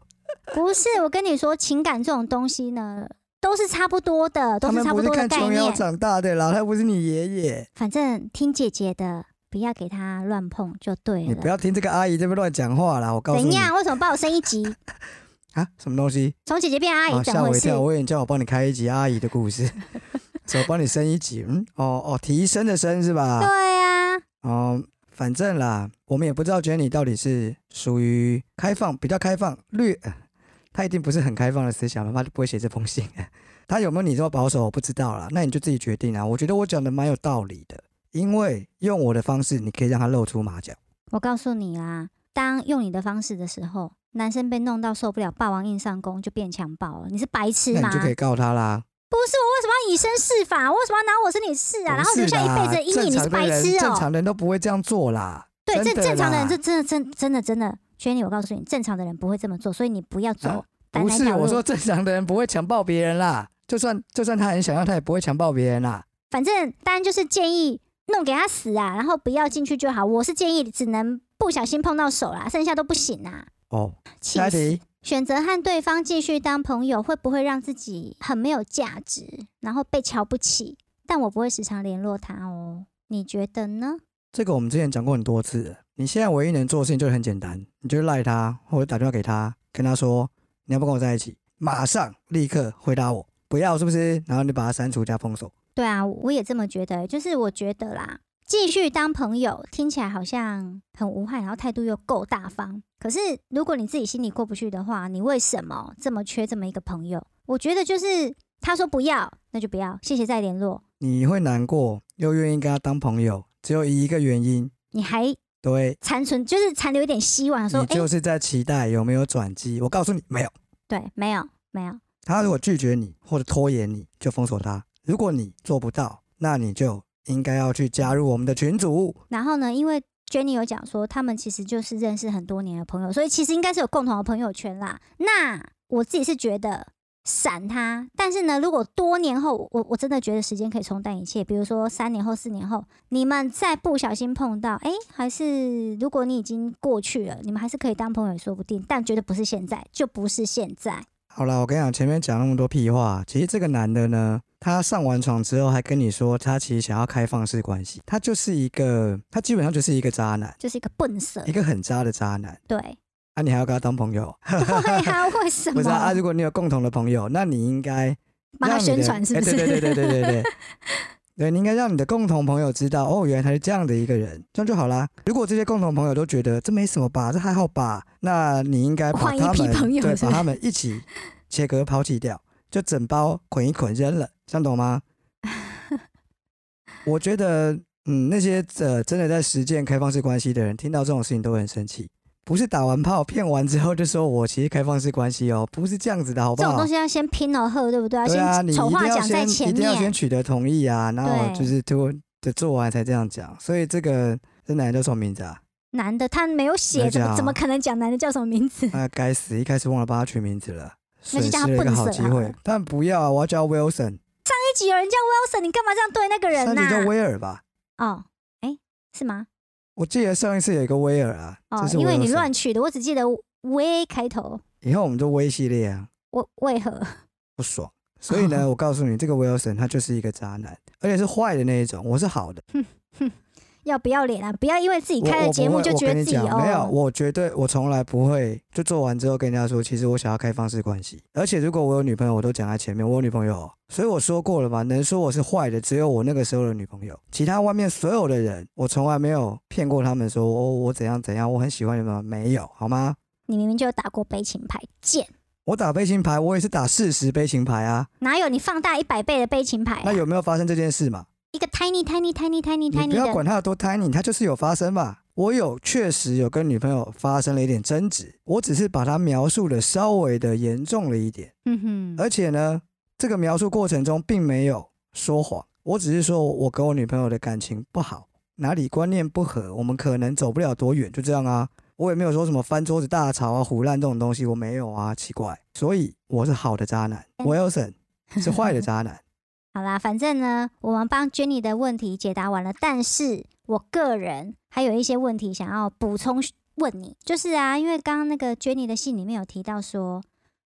S2: 不是，我跟你说，情感这种东西呢，都是差不多的，
S1: 他
S2: 都是
S1: 们
S2: 差
S1: 不是
S2: 多的
S1: 看
S2: 概
S1: 琼瑶
S2: 念。
S1: 长大的啦，他不是你爷爷，
S2: 反正听姐姐的，不要给她乱碰就对
S1: 你不
S2: 了。
S1: 要听这个阿姨这边乱讲话啦，我告诉
S2: 怎
S1: 你
S2: 样？为什么把我升一级？
S1: 啊，什么东西？
S2: 从姐姐变阿
S1: 啊
S2: 姨，怎
S1: 吓
S2: 么
S1: 我
S2: 回
S1: 一
S2: 事
S1: 跳！？我以为你叫我帮你开一集阿姨的故
S2: [LAUGHS]
S1: 事，所以我帮你升一级。嗯，哦哦，提升的升是吧？
S2: 对啊，
S1: 哦，反正啦，我们也不知道 Jenny 到底是属于开放、比较开放、略， [LAUGHS] 呃他一定不是很开放的思想吧，他就不会写这封信。 [LAUGHS] 他有没有你这么保守，我不知道啦。那你就自己决定啊。我觉得我讲的蛮有道理的，因为用我的方式，你可以让他露出马脚。
S2: 我告诉你啦，当用你的方式的时候，男生被弄到受不了，霸王硬上弓就变强暴了。你是白痴
S1: 那
S2: 吗？
S1: 你就可以告他啦。
S2: 不是我为什么要以身试法？我为什么要拿我身体试啊？然后
S1: 不
S2: 留
S1: 是
S2: 下一
S1: 啦
S2: 辈子的阴影？你是
S1: 正常
S2: 白
S1: 的人
S2: 痴
S1: 正
S2: 哦、
S1: 常人都不会这样做啦。
S2: 对，
S1: 真
S2: 正
S1: 的
S2: 正常的人，
S1: 啦
S2: 这真的真真的真的，圈里我告诉你，正常的人不会这么做，所以你不要走
S1: 啊
S2: 单
S1: 不
S2: 那
S1: 是
S2: 条
S1: 我
S2: 路
S1: 说。正常的人不会强暴别人啦。就算就算他很想要，他也不会强暴别人啦。
S2: 反正当然就是建议弄给他死啊，然后不要进去就好。我是建议只能不小心碰到手啦，剩下都不行啊。
S1: 哦，
S2: 气
S1: 下一
S2: 死
S1: 题，
S2: 选择和对方继续当朋友，会不会让自己很没有价值，然后被瞧不起？但我不会时常联络他哦，你觉得呢？
S1: 这个我们之前讲过很多次了。你现在唯一能做的事情就是很简单，你就赖他或者打电话给他，跟他说你要不要跟我在一起，马上立刻回答我，不要是不是？然后你把他删除加封锁。
S2: 对啊，我也这么觉得，就是我觉得啦，继续当朋友听起来好像很无害，然后态度又够大方。可是如果你自己心里过不去的话，你为什么这么缺这么一个朋友？我觉得就是他说不要，那就不要，谢谢再联络。
S1: 你会难过，又愿意跟他当朋友，只有一个原因，
S2: 你还
S1: 对
S2: 残存，就是残留一点希望，说
S1: 你
S2: 哎、诶
S1: 就是在期待有没有转机。我告诉你，没有。
S2: 对，没有没有，
S1: 他如果拒绝你或者拖延你，就封锁他。如果你做不到，那你就应该要去加入我们的群组。
S2: 然后呢，因为 Jenny 有讲说，他们其实就是认识很多年的朋友，所以其实应该是有共同的朋友圈啦。那我自己是觉得闪他，但是呢，如果多年后，我我真的觉得时间可以冲淡一切。比如说三年后、四年后，你们再不小心碰到，哎，还是如果你已经过去了，你们还是可以当朋友也说不定，但绝对不是现在，就不是现在。
S1: 好啦，我跟你讲，前面讲那么多屁话，其实这个男的呢，他上完床之后还跟你说他其实想要开放式关系，他就是一个，他基本上就是一个渣男，
S2: 就是一个笨蛇
S1: 一，个很渣的渣男。
S2: 对， [LAUGHS]
S1: 啊，你还要跟他当朋友？
S2: 对啊，为什
S1: 不
S2: 么
S1: 是？啊，啊如果你有共同的朋友，那你应该
S2: 帮他
S1: 让你的
S2: 宣传是
S1: 哎
S2: 不是？
S1: 对对对对对对对。 [LAUGHS] 对，你应该让你的共同朋友知道，哦，原来他是这样的一个人，这样就好啦。如果这些共同朋友都觉得这没什么吧，这还好吧，那你应该把
S2: 换一
S1: 他
S2: 批
S1: 们
S2: 朋友
S1: 对，
S2: 是
S1: 把
S2: 不
S1: 他们一起切割抛弃掉，就整包捆一捆扔了，这样懂 [LAUGHS] 吗？我觉得，嗯，那些呃真的在实践开放式关系的人，听到这种事情都会很生气。不是打完炮骗完之后就说我其实开放式关系哦，不是这样子的，好不
S2: 这
S1: 好？
S2: 种东西要先拼了后，对不对？要
S1: 对啊，
S2: 先
S1: 你一
S2: 丑
S1: 定
S2: 话
S1: 要
S2: 讲在
S1: 先一
S2: 前
S1: 定要先
S2: 面。
S1: 取得同意啊，然后
S2: 对
S1: 就是做的做完才这样讲。所以这个这男的叫什么名字
S2: [LAUGHS]
S1: 啊？
S2: 男的他没有写，
S1: 那
S2: 怎
S1: 叫
S2: 么怎么可能讲男的叫什么名
S1: [LAUGHS]
S2: 字？
S1: 啊，该死，一开始忘了帮他取名字了，
S2: 那
S1: 损
S2: 就叫他
S1: 失了一个
S2: 笨
S1: 好
S2: 死
S1: 机
S2: 好
S1: 会
S2: 了。
S1: 但不要啊，我要叫 Wilson，
S2: 一集有人叫 Wilson，你干嘛这样对那个人
S1: 上集叫
S2: 呐、
S1: 威尔吧？
S2: 哦，哎，是吗？我
S1: 我记得上一次有一个威尔啊，
S2: 哦
S1: 这，是
S2: 因为你
S1: Wilson
S2: 乱取的，我只记得 V 开头，
S1: 以后我们就威系列啊，
S2: 我为何？ [LAUGHS]
S1: 不爽。所以呢，我告诉你，这个 Wilson 他就是一个渣男，而且是坏的那一种。我是好的，
S2: 要不要脸啊？不要因为自己
S1: 我
S2: 开
S1: 我
S2: 了
S1: 不
S2: 节目
S1: 会
S2: 就
S1: 我
S2: 觉
S1: 跟
S2: 得
S1: 你
S2: 自己
S1: 讲
S2: 哦，
S1: 没有，我绝对我从来不会就做完之后跟人家说，其实我想要开放式关系。而且如果我有女朋友，我都讲在前面，我有女朋友哦，所以我说过了嘛，能说我是坏的只有我那个时候的女朋友，其他外面所有的人，我从来没有骗过他们说哦我怎样怎样，我很喜欢你们，没有好吗？
S2: 你明明就有打过悲情牌，贱！
S1: 我打悲情牌，我也是打事实悲情牌啊。
S2: 哪有你放大一百倍的悲情牌、
S1: 那
S2: 啊？
S1: 有没有发生这件事嘛？
S2: 一个 tiny tiny tiny tiny
S1: 你
S2: tiny
S1: 不要
S2: 的，
S1: 管他有多 tiny，他就是有发生吧。我有确实有跟女朋友发生了一点争执，我只是把它描述的稍微的严重了一点，
S2: 嗯哼，
S1: 而且呢，这个描述过程中并没有说谎，我只是说我跟我女朋友的感情不好，哪里观念不合，我们可能走不了多远，就这样啊。我也没有说什么翻桌子大吵啊、胡乱这种东西，我没有啊，奇怪。所以我是好的渣男，Wilson
S2: 嗯
S1: 是坏的渣男。
S2: 好啦，反正呢，我们帮 Jenny 的问题解答完了，但是我个人还有一些问题想要补充问你，就是啊，因为刚刚那个 Jenny 的信里面有提到说，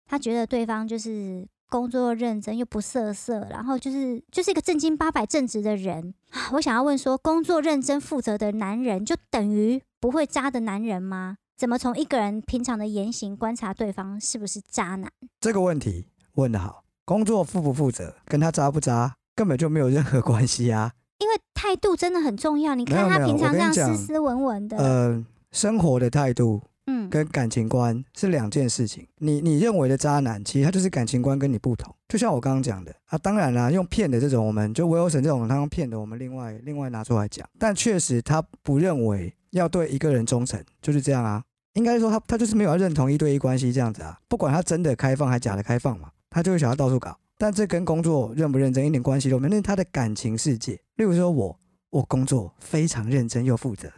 S2: 她觉得对方就是工作认真又不色色，然后就是就是一个正经八百正直的人啊。我想要问说，工作认真负责的男人，就等于不会渣的男人吗？怎么从一个人平常的言行观察对方是不是渣男？
S1: 这个问题问得好，工作负不负责跟他渣不渣根本就没有任何关系啊。
S2: 因为态度真的很重要。你
S1: 没
S2: 看
S1: 有
S2: 他
S1: 没有
S2: 平常
S1: 我
S2: 这
S1: 跟
S2: 样
S1: 你
S2: 斯
S1: 讲
S2: 斯文文的，
S1: 呃，生活的态度
S2: 嗯，
S1: 跟感情观是两件事情。你你认为的渣男，其实他就是感情观跟你不同。就像我刚刚讲的啊，当然啦、用骗的这种，我们就 Wilson 这种他用骗的，我们另外另外拿出来讲。但确实他不认为要对一个人忠诚，就是这样啊。应该说他他就是没有要认同一对一关系这样子啊，不管他真的开放还假的开放嘛，他就会想要到处搞。但这跟工作认不认真一点关系都没有，那是他的感情世界。例如说我，我工作非常认真又负责，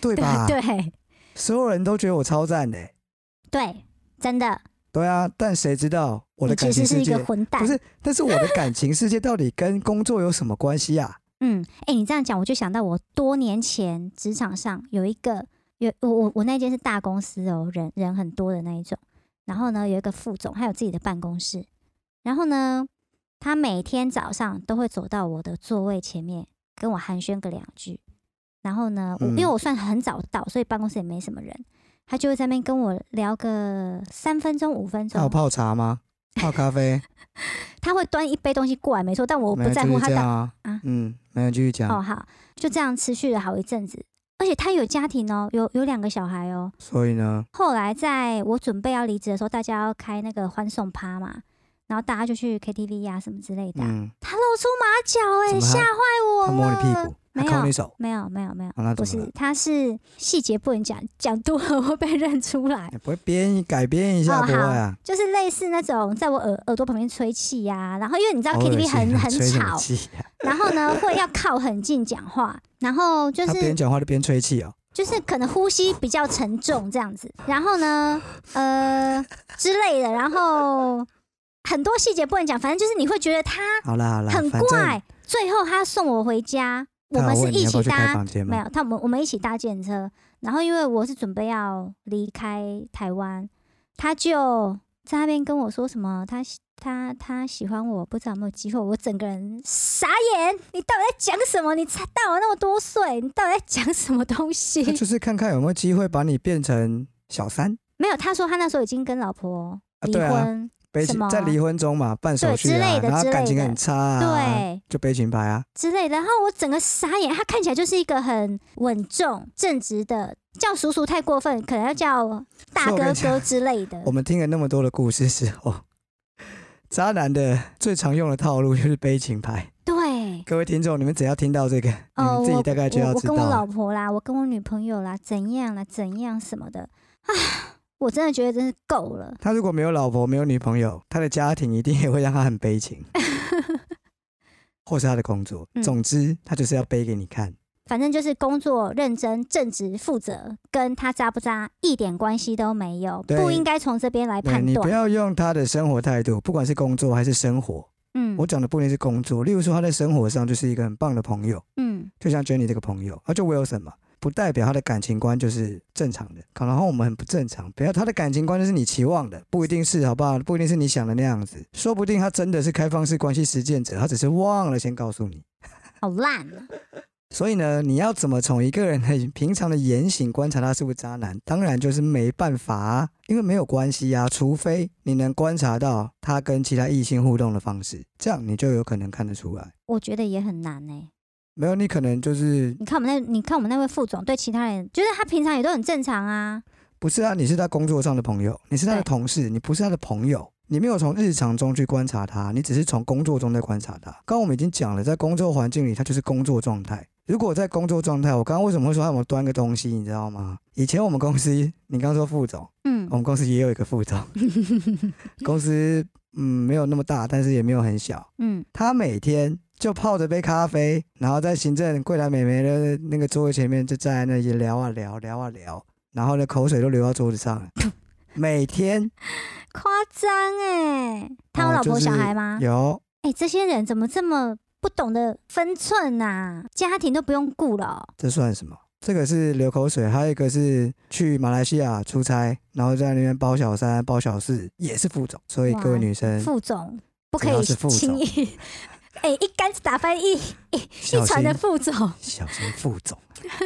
S1: 对吧？
S2: 对对
S1: 所有人都觉得我超赞的欸、
S2: 对，真的。
S1: 对啊，但谁知道我的
S2: 你
S1: 感
S2: 其
S1: 情
S2: 实是
S1: 世
S2: 一
S1: 界
S2: 个混蛋。
S1: 不是？但是我的感情世界到底跟工作有什么关系
S2: [LAUGHS]
S1: 啊？
S2: 嗯，哎、你这样讲，我就想到我多年前职场上有一个有我我我那间是大公司哦，人人很多的那一种。然后呢，有一个副总，他有自己的办公室。然后呢，他每天早上都会走到我的座位前面，跟我寒暄个两句。然后呢，我因为
S1: 嗯
S2: 我算很早到，所以办公室也没什么人，他就会在那边跟我聊个三分钟、五分
S1: 他有
S2: 钟。
S1: 泡茶吗？泡咖啡？
S2: 他会端一杯东西过来，没错，但 [LAUGHS] 我
S1: 没
S2: 不
S1: 有，
S2: 在
S1: 就
S2: 乎
S1: 是
S2: 他
S1: 这
S2: 到
S1: 样啊
S2: 啊。
S1: 嗯，没有继续讲。
S2: 哦，好，就这样持续了好一阵子。而且他有家庭哦，有有两个小孩哦。
S1: 所以呢，
S2: 后来在我准备要离职的时候，大家要开那个欢送趴嘛，然后大家就去 KTV 呀、什么之类的啊、
S1: 嗯，
S2: 他露出马脚哎、
S1: 怎么
S2: 吓
S1: 他
S2: 坏我
S1: 他
S2: 了。
S1: 摸你屁股，他
S2: 哦没
S1: 抠
S2: 有
S1: 你手，
S2: 没有没有没有，
S1: 好那
S2: 不
S1: 怎么
S2: 是
S1: 了？，
S2: 他是细节不能讲，讲多了会被认出来。
S1: 哎你不会编改编一下
S2: 哦
S1: 不会啊？
S2: 就是类似那种在我耳耳朵旁边吹气呀、然后因为你知道
S1: 好恶
S2: KTV
S1: 心
S2: 很
S1: 啊 [LAUGHS]
S2: 很
S1: 吹什么
S2: 吵，
S1: 气啊
S2: 然后呢会要靠很近讲话，然后就
S1: 他
S2: 是
S1: 边讲话就边吹气哦。
S2: 就是可能呼吸比较沉重这样子，然后呢，呃之类的，然后很多细节不能讲，反正就是你会觉得他
S1: 好啦好啦，
S2: 很
S1: 反正
S2: 怪。最后他送我回家，我
S1: 他
S2: 们
S1: 有
S2: 是
S1: 问你
S2: 一
S1: 要不
S2: 起
S1: 要去开
S2: 搭，
S1: 房间
S2: 没
S1: 吗？
S2: 有他我们我们一起搭电车，然后因为我是准备要离开台湾，他就在那边跟我说什么他喜。他他喜欢我，不知道有没有机会。我整个人傻眼，你到底在讲什么？你才大我那么多岁，你到底在讲什么东西？
S1: 那就是看看有没有机会把你变成小三，
S2: 没有，他说他那时候已经跟老婆
S1: 啊
S2: 离
S1: 对啊
S2: 婚，
S1: 悲
S2: 什
S1: 情
S2: 么
S1: 在离婚中嘛，办手
S2: 对
S1: 续
S2: 之
S1: 啊
S2: 类，的
S1: 然后
S2: 之
S1: 感
S2: 类
S1: 情
S2: 的
S1: 很差啊，，
S2: 对
S1: 就悲情牌啊，
S2: 之类的。然后我整个傻眼，他看起来就是一个很稳重、正直的，叫叔叔太过分，可能要叫大
S1: 所以我跟
S2: 哥
S1: 你讲
S2: 哥之类的
S1: 我。们听了那么多的故事之后，渣男的最常用的套路就是悲情牌。
S2: 对，
S1: 各位听众，你们只要听到这个，你
S2: 哦，
S1: 们自
S2: 我
S1: 己大概就
S2: 我
S1: 要
S2: 我
S1: 知
S2: 跟我
S1: 道。
S2: 老婆啦，我跟我女朋友啦，怎样啦，怎样什么的，啊，我真的觉得真是够了。 [LAUGHS]
S1: 他如果没有老婆，没有女朋友，他的家庭一定也会让他很悲
S2: [LAUGHS]
S1: 情，或是他的工作。
S2: 嗯
S1: 总之，他就是要背给你看。
S2: 反正就是工作认真、正直、负责，跟他渣不渣一点关系都没有，
S1: 对
S2: 不应该从这边来
S1: 对
S2: 判
S1: 你不
S2: 断。
S1: 要用他的生活态度，不管是工作还是生活。
S2: 嗯
S1: 我讲的不一定是工作，例如说他在生活上就是一个很棒的朋友，
S2: 嗯，
S1: 就像 Jenny 这个朋友，啊，就 Wilson 嘛，不代表他的感情观就是正常的，可能我们很不正常，不要他的感情观就是你期望的，不一定是好不好？不一定是你想的那样子，说不定他真的是开放式关系实践者，他只是忘了先告诉你。
S2: 好烂啊！
S1: 所以呢，你要怎么从一个人的 [LAUGHS] 平常的言行观察他是不是渣男？当然就是没办法、啊，因为没有关系啊，除非你能观察到他跟其他异性互动的方式，这样你就有可能看得出来。
S2: 我觉得也很难呢、
S1: 没有，你可能就是
S2: 你看我们那，你看我们那位副总对其他人，就是他平常也都很正常啊。
S1: 不是啊？你是他工作上的朋友，你是他的
S2: 对
S1: 同事，你不是他的朋友。你没有从日常中去观察他，你只是从工作中在观察他。刚刚我们已经讲了，在工作环境里，他就是工作状态。如果在工作状态，我刚刚为什么会说他有没有端个东西，你知道吗？以前我们公司，你刚刚说副总，
S2: 嗯
S1: 我们公司也有一个副
S2: [LAUGHS]
S1: 总，公司嗯没有那么大，但是也没有很小。
S2: 嗯，
S1: 他每天就泡着杯咖啡，然后在行政柜台美眉的那个座位前面就站在那里聊啊聊，聊啊聊，然后呢口水都流到桌子
S2: [LAUGHS]
S1: 上了。每天
S2: 夸张哎。他有
S1: 哦
S2: 老婆
S1: 就是
S2: 小孩吗？哎、
S1: 有
S2: 这些人怎么这么不懂得分寸呐、家庭都不用顾了哦、
S1: 这算什么？这个是流口水，还有一个是去马来西亚出差，然后在那边包小三、包小四，也是副总。所以
S2: 哇
S1: 各位女生
S2: 副总不可
S1: 嗯只要
S2: 以
S1: 是副总
S2: 轻易。哎、一竿子打翻一
S1: 小
S2: 一船
S1: 心
S2: 的副总，
S1: 小心副总。 [LAUGHS]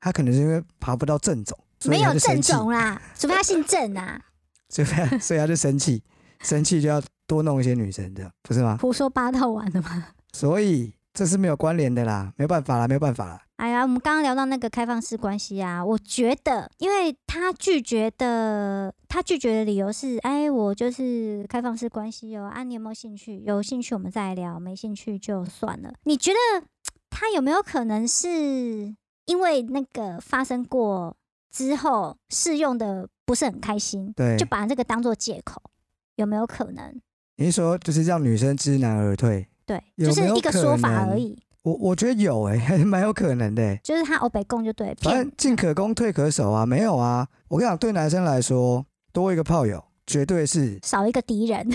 S1: 他可能是因为爬不到正总，所以
S2: 没
S1: 他
S2: 有
S1: 就
S2: 正
S1: 生气，
S2: 总啦，除非他姓郑啊，
S1: 所以他所以他就生
S2: [LAUGHS]
S1: 气，生气就要多弄一些女生，这样不是吗？
S2: 胡说八道完了吗？
S1: 所以这是没有关联的啦，没有办法啦，没有办法啦。
S2: 哎呀，我们刚刚聊到那个开放式关系啊，我觉得，因为他拒绝的，他拒绝的理由是，哎，我就是开放式关系哦，啊，你有没有兴趣？有兴趣我们再聊，没兴趣就算了。你觉得他有没有可能是因为那个发生过之后试用的不是很开心，
S1: 对
S2: 就，把这个当做借口？有没有可能？
S1: 你是说就是让女生知难而退？
S2: 对，
S1: 有
S2: 就是
S1: 没有
S2: 一个
S1: 可
S2: 说法
S1: 能
S2: 而已，
S1: 我我觉得有诶、还 [LAUGHS] 蛮有可能的、欸。
S2: 就是他欧北共就对
S1: 反
S2: 骗
S1: 正进可攻退可守啊，没有啊。我跟你讲，对男生来说，多一个炮友绝对是
S2: 少一个敌人，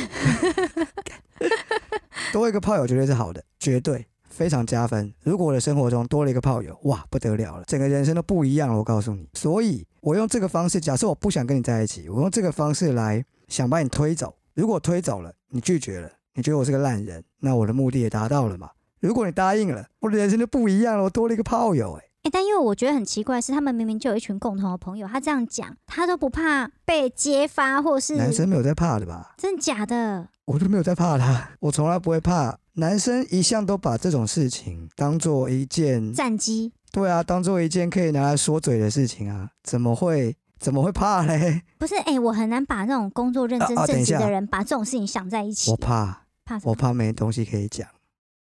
S1: 多一个炮友绝对是好的，绝对非常加分。如果我的生活中多了一个炮友，哇，不得了了，整个人生都不一样了。我告诉你，所以我用这个方式，假设我不想跟你在一起，我用这个方式来想把你推走。如果推走了，你拒绝了，你觉得我是个烂人，那我的目的也达到了嘛？如果你答应了，我的人生就不一样了，我多了一个炮友、欸，
S2: 哎、但因为我觉得很奇怪，是他们明明就有一群共同的朋友，他这样讲，他都不怕被揭发，或是
S1: 男生没有在怕的吧？
S2: 真的假的？
S1: 我都没有在怕啦，我从来不会怕。男生一向都把这种事情当做一件，
S2: 战机
S1: 对啊，当做一件可以拿来说嘴的事情啊，怎么会怎么会怕嘞？ [LAUGHS]
S2: 不是？哎、我很难把那种工作认真
S1: 啊啊等
S2: 正
S1: 一
S2: 直
S1: 下
S2: 的人，把这种事情想在一起
S1: 我。怕，
S2: 怕什
S1: 我
S2: 么？
S1: 怕没东西可以讲，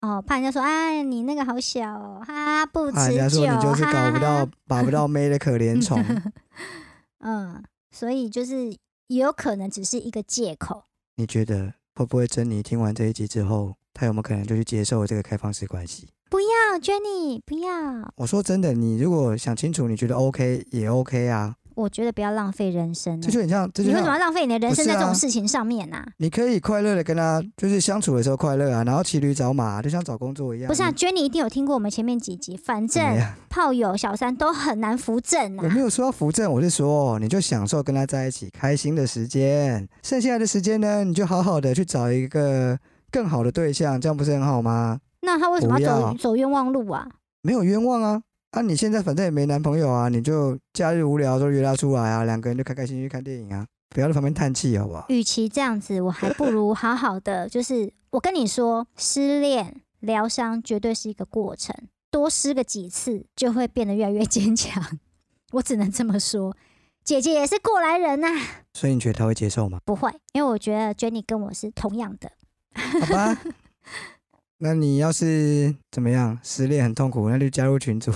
S2: 哦，怕人家说，哎，你那个好小、哦，哈哈，不持久，
S1: 啊怕人家说你就是搞不
S2: 哈
S1: 到
S2: 哈，
S1: 把不到妹的可
S2: [LAUGHS]
S1: 怜虫。
S2: 嗯，所以就是也有可能只是一个借口。
S1: 你觉得会不会珍妮听完这一集之后，她有没有可能就去接受这个开放式关系？
S2: 哦，Jenny，不要，
S1: 我说真的，你如果想清楚，你觉得 OK 也 OK 啊，我
S2: 我觉得不要浪费人生、啊
S1: 这就很像，这
S2: 你
S1: 就
S2: 为
S1: 像
S2: 什么要浪费你的人
S1: 不
S2: 生
S1: 是
S2: 在这
S1: 啊
S2: 种事情上面啊？
S1: 你可以快乐的跟他，就是相处的时候快乐啊，然后骑驴找马啊、就像找工作一样。
S2: 不是啊
S1: 你
S2: ，Jenny 一定有听过我们前面几集，反
S1: 怎么
S2: 正
S1: 样？
S2: 炮友小三都很难扶正
S1: 我没
S2: 啊。
S1: 有说要扶正，我是说你就享受跟他在一起开心的时间，剩下的时间呢，你就好好的去找一个更好的对象，这样不是很好吗？
S2: 那他为什么
S1: 不
S2: 要
S1: 要
S2: 走走冤枉路啊？
S1: 没有冤枉啊。啊，你现在反正也没男朋友啊，你就假日无聊的时候约他出来啊，两个人就开开心心去看电影啊，不要在旁边叹气，好不好？
S2: 与其这样子，我还不如好好的，就是我跟你说，失恋疗伤绝对是一个过程，多失个几次就会变得越来越坚强。 [LAUGHS] 我只能这么说，姐姐也是过来人呐、
S1: 所以你觉得他会接受
S2: [LAUGHS]？
S1: 吗
S2: 不会，因为我觉得 Jenny 跟我是同样的。
S1: 好吧，那你要是怎么样失恋很痛苦，那就加入群组，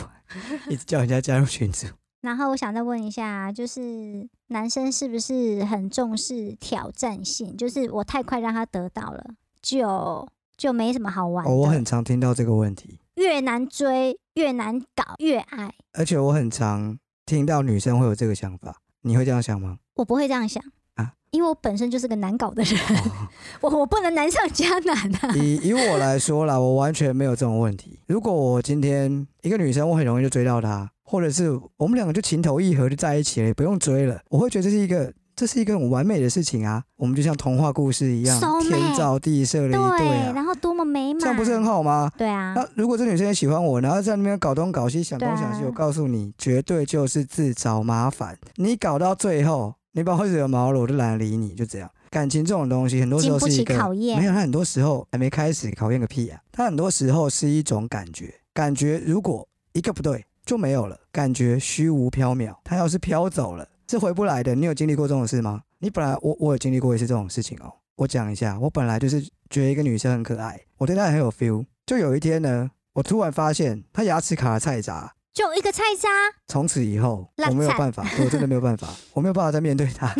S1: 一直叫人家加入群组。
S2: 然后我想再问一下，啊就是男生是不是很重视挑战性？就是我太快让他得到了，就就没什么好玩的。
S1: 哦，我很常听到这个问题，
S2: 越难追越难搞越爱，
S1: 而且我很常听到女生会有这个想法，你会这样想吗？
S2: 我不会这样想
S1: 啊
S2: 因为我本身就是个难搞的人，
S1: 哦
S2: 我我不能难上加难
S1: [LAUGHS]
S2: 啊。
S1: 以以我来说啦，我完全没有这种问题。如果我今天一个女生，我很容易就追到她，或者是我们两个就情投意合就在一起了，也不用追了，我会觉得这是一个这是一个很完美的事情啊。我们就像童话故事一样，
S2: soul
S1: 天
S2: mate
S1: 造地设的一对啊，
S2: 然后多么美满，
S1: 这样不是很？好吗？
S2: 对啊，
S1: 那如果这女生也喜欢我，然后在那边搞东搞西，想东想西，
S2: 对啊
S1: 我告诉你，绝对就是自找麻烦。你搞到最后，你把我惹毛了，我就懒得理你，就这样。感情这种东西，很多时
S2: 经
S1: 候
S2: 不
S1: 是
S2: 起
S1: 一个
S2: 考验
S1: 没有，它很多时候还没开始，考验个屁啊！它很多时候是一种感觉，感觉如果一个不对就没有了，感觉虚无缥缈。它要是飘走了，是回不来的。你有经历过这种事吗？你本来我我有经历过一次这种事情哦。我讲一下，我本来就是觉得一个女生很可爱，我对她很有 feel。就有一天呢，我突然发现她牙齿卡了菜渣，
S2: 就一个菜渣，
S1: 从此以后
S2: 烂
S1: 我没有
S2: 菜
S1: 办法，我真的没有办法，我没有办法再面对
S2: [LAUGHS]
S1: 她，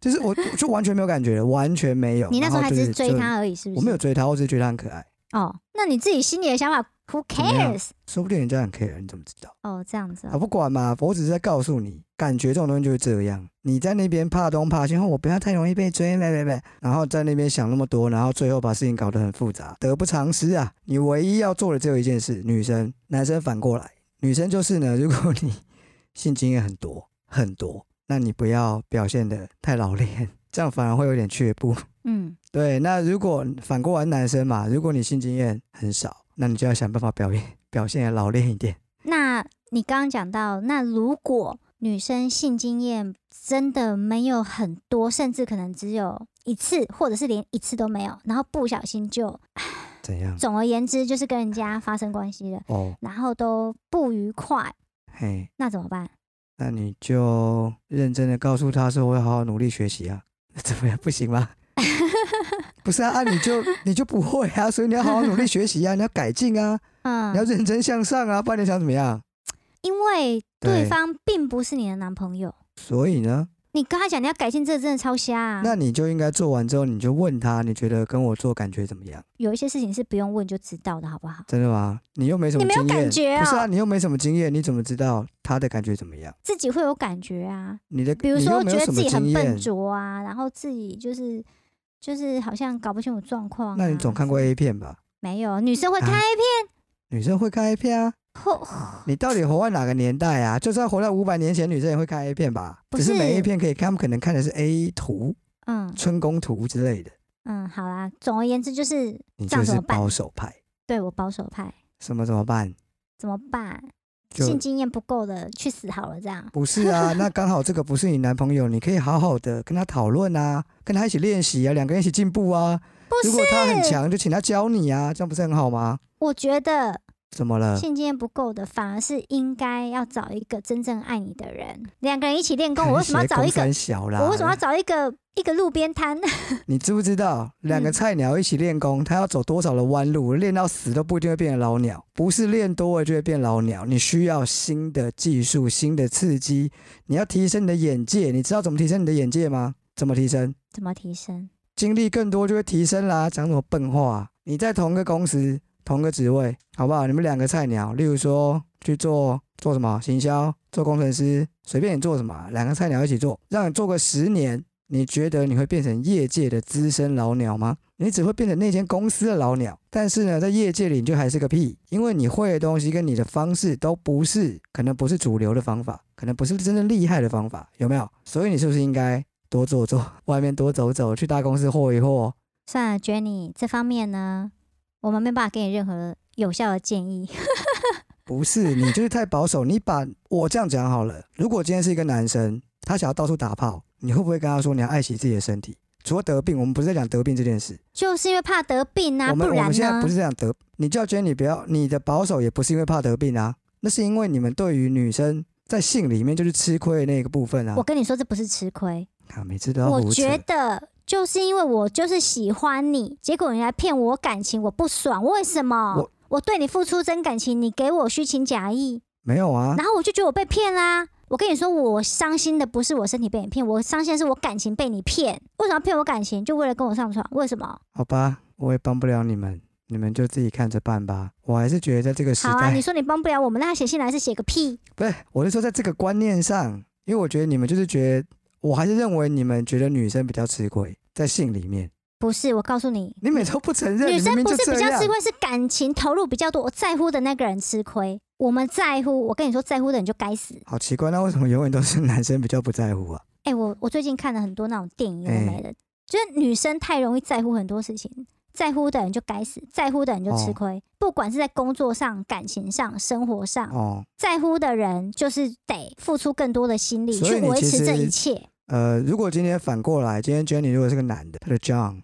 S1: 就是我我就完全没有感觉了，完全没有。
S2: 你那时候
S1: 然后
S2: 还
S1: 就
S2: 只
S1: 是
S2: 是追
S1: 就
S2: 他而已，是不是？
S1: 我没有追她，我只是觉得她很可爱。
S2: 哦，那你自己心里的想法，Who
S1: 怎么样啊
S2: cares？
S1: 说不定人家很 care，你怎么知道？
S2: 哦，这样子、
S1: 我
S2: 哦，
S1: 不管嘛，我只是在告诉你，感觉这种东西就是这样。你在那边怕东怕西，然后我不要太容易被追，来来来，然后在那边想那么多，然后最后把事情搞得很复杂，得不偿失啊！你唯一要做的只有一件事，女生、男生反过来，女生就是呢， [LAUGHS] 如果你性经验很多很多，那你不要表现的太老练，这样反而会有点却步。
S2: 嗯，
S1: 对，那如果反过来男生嘛，如果你性经验很少，那你就要想办法表演表现得老练一点。
S2: 那你刚刚讲到，那如果女生性经验真的没有很多，甚至可能只有一次，或者是连一次都没有，然后不小心就，
S1: 怎样？
S2: 总而言之就是跟人家发生关系了，
S1: 哦，
S2: 然后都不愉快，
S1: 嘿，
S2: 那怎么办？
S1: 那你就认真的告诉他说，我会好好努力学习啊。怎么样？不行吗？ [LAUGHS] 不是啊，啊你就你就不会啊，所以你要好好努力学习啊，你要改进啊，你要
S2: 嗯，
S1: 认真向上啊，不然你想怎么样？
S2: 因为对
S1: 对
S2: 方并不是你的男朋友，
S1: 所以呢，
S2: 你跟他讲你要改进，这个真的超瞎啊！
S1: 那你就应该做完之后，你就问他，你觉得跟我做感觉怎么样？
S2: 有一些事情是不用问就知道的，好不好？
S1: 真的吗？你又没什么
S2: 你没有
S1: 经验，
S2: 感觉
S1: 不是
S2: 哦
S1: 啊？你又没什么经验，你怎么知道他的感觉怎么样？
S2: 自己会有感觉啊，
S1: 你的
S2: 比如
S1: 你又
S2: 说
S1: 没
S2: 觉
S1: 有
S2: 得
S1: 什
S2: 自
S1: 么
S2: 己很
S1: 经
S2: 笨
S1: 验，
S2: 拙啊，然后自己就是就是好像搞不清楚状况、啊。
S1: 那你总看过 A 片吧？
S2: 没有？女生会
S1: 啊
S2: 看 A
S1: 女生会看 A 片啊？
S2: 片，嚯
S1: 你到底活在哪个年代
S2: [LAUGHS]
S1: 啊？就算活在五百年前，女生也会看 A 片吧？
S2: 不
S1: 只是每
S2: 是
S1: A 片可以看，他们可能看的是 A 图、
S2: 嗯
S1: 春宫图之类的。
S2: 嗯，好啦，总而言之就是
S1: 你
S2: 这样
S1: 就
S2: 怎
S1: 是
S2: 么办
S1: 保守派，
S2: 对我保守派
S1: 什么怎么办？
S2: 怎么办？
S1: 就
S2: 性经验不够的去死好了，这样
S1: 不是
S2: [LAUGHS]
S1: 啊，那刚好这个不是你男朋友，你可以好好的跟他讨论啊，跟他一起练习啊，两个人一起进步啊。
S2: 不
S1: 如
S2: 是？
S1: 果他很强，就请他教你啊，这样不是很好吗？
S2: 我觉得
S1: 怎么了？
S2: 性经验不够的，反而是应该要找一个真正爱你的人，两个人一起练功。我为什么要
S1: 哎看谁
S2: 找
S1: 公
S2: 一个
S1: 三小啦？
S2: 我为什么要找一个一个路边摊？ [LAUGHS]
S1: 你知不知道，两个
S2: 嗯
S1: 菜鸟一起练功，他要走多少的弯路？练到死都不一定会变老鸟，不是练多了就会变老鸟。你需要新的技术、新的刺激，你要提升你的眼界。你知道怎么提升你的眼界吗？怎么提升？
S2: 怎么提升？
S1: 经历更多就会提升啦，讲什么笨话、啊？你在同个公司、同个职位，好不好？你们两个菜鸟，例如说去做做什么行销、做工程师，随便你做什么啊，两个菜鸟一起做，让你做个十年，你觉得你会变成业界的资深老鸟吗？你只会变成那间公司的老鸟，但是呢，在业界里你就还是个屁，因为你会的东西跟你的方式都不是，可能不是主流的方法，可能不是真正厉害的方法，有没有？所以你是不是应该多做做，外面多走走，去大公司霍一霍。
S2: 算了，Jenny 这方面呢，我们没办法给你任何有效的建议。 [LAUGHS]
S1: 不是，你就是太保守。你把我这样讲好了，如果今天是一个男生，他想要到处打炮，你会不会跟他说你要爱惜自己的身体？除了得病，我们不是在讲得病这件事，
S2: 就是因为怕得病啊，
S1: 我
S2: 不
S1: 们我
S2: 然
S1: 们现在
S2: 呢
S1: 不？是在讲得，你叫 Jenny 不要，你的保守也不是因为怕得病啊，那是因为你们对于女生在性里面就是吃亏的那个部分啊
S2: 我。跟你说，这不是吃亏。
S1: 啊，每次都要
S2: 我
S1: 胡扯
S2: 觉得就是因为我就是喜欢你，结果你来骗我感情，我不爽。为什么？
S1: 我
S2: 我对你付出真感情，你给我虚情假意，
S1: 没有啊，
S2: 然后我就觉得我被骗啦。我跟你说，我伤心的不是我身体被你骗，我伤心的是我感情被你骗。为什么要骗我感情？就为了跟我上床？为什么？
S1: 好吧，我也帮不了你们，你们就自己看着办吧。我还是觉得在这个时
S2: 好啊，
S1: 代
S2: 你，说你帮不了我们，那他写信来是写个屁？
S1: 不是，我是说在这个观念上，因为我觉得你们就是觉得，我还是认为你们觉得女生比较吃亏，在性里面，
S2: 不是，我告诉你，
S1: 你每次都不承认，
S2: 女
S1: 你
S2: 生
S1: 明明
S2: 不
S1: 就是
S2: 比
S1: 这
S2: 较
S1: 样
S2: 吃亏，是感情投入比较多，我在乎的那个人吃亏。我们在乎，我跟你说，在乎的人就该死。
S1: 好奇怪，那为什么永远都是男生比较不在
S2: [LAUGHS]
S1: 乎啊？
S2: 哎、我我最近看了很多那种电影，有的
S1: 哎
S2: 没的，就是女生太容易在乎很多事情，在乎的人就该死，在乎的人就吃
S1: 哦
S2: 亏。不管是在工作上、感情上、生活上，
S1: 哦，
S2: 在乎的人就是得付出更多的心力
S1: 所以
S2: 去
S1: 你
S2: 维
S1: 其
S2: 持这
S1: 实
S2: 一切。
S1: 呃，如果今天反过来，今天 Jenny 如果是个男的，他的 John，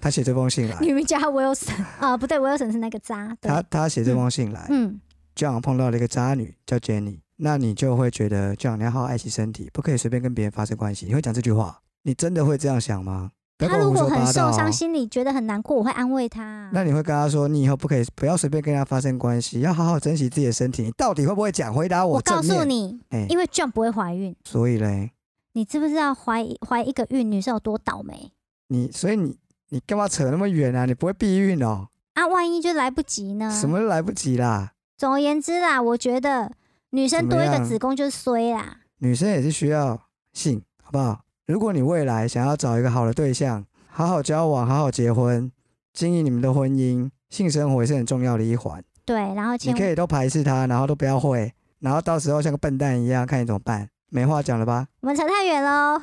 S1: 他 [LAUGHS] 写这封信来，
S2: 女名家 Wilson [LAUGHS] 啊、不对，Wilson 是那个渣。对，
S1: 他他写这封信来、
S2: 嗯，
S1: j o h n 碰到了一个渣女叫 Jenny，那你就会觉得 John 你要好好爱惜身体，不可以随便跟别人发生关系，你会讲这句话，你真的会这样想吗？不要
S2: 他
S1: 跟我
S2: 如
S1: 胡
S2: 果
S1: 说
S2: 很
S1: 八道
S2: 受
S1: 哦
S2: 伤，心里觉得很难过，我会安慰他啊。
S1: 那你会跟他说，你以后不可以不要随便跟他发生关系，要好好珍惜自己的身体。你到底会不会讲？回答
S2: 我告
S1: 哦正
S2: 诉
S1: 面。
S2: 你，
S1: 哎
S2: 因为 John 不会怀孕，
S1: 所以嘞，
S2: 你知不知道怀怀一个孕女生有多倒霉
S1: 你所以你你干嘛扯那么远啊？你不会避孕哦？
S2: 啊？万一就来不及呢？
S1: 什么都来不及啦。
S2: 总而言之啦，我觉得女生
S1: 怎
S2: 多
S1: 么
S2: 一个
S1: 样
S2: 子宫就是衰啦。
S1: 女生也是需要性，好不好？如果你未来想要找一个好的对象，好好交往，好好结婚，经营你们的婚姻，性生活也是很重要的一环。
S2: 对，然后
S1: 你
S2: 千
S1: 可以都排斥他，然后都不要会，然后到时候像个笨蛋一样，看你怎么办。没话讲了吧？
S2: 我们扯太远喽。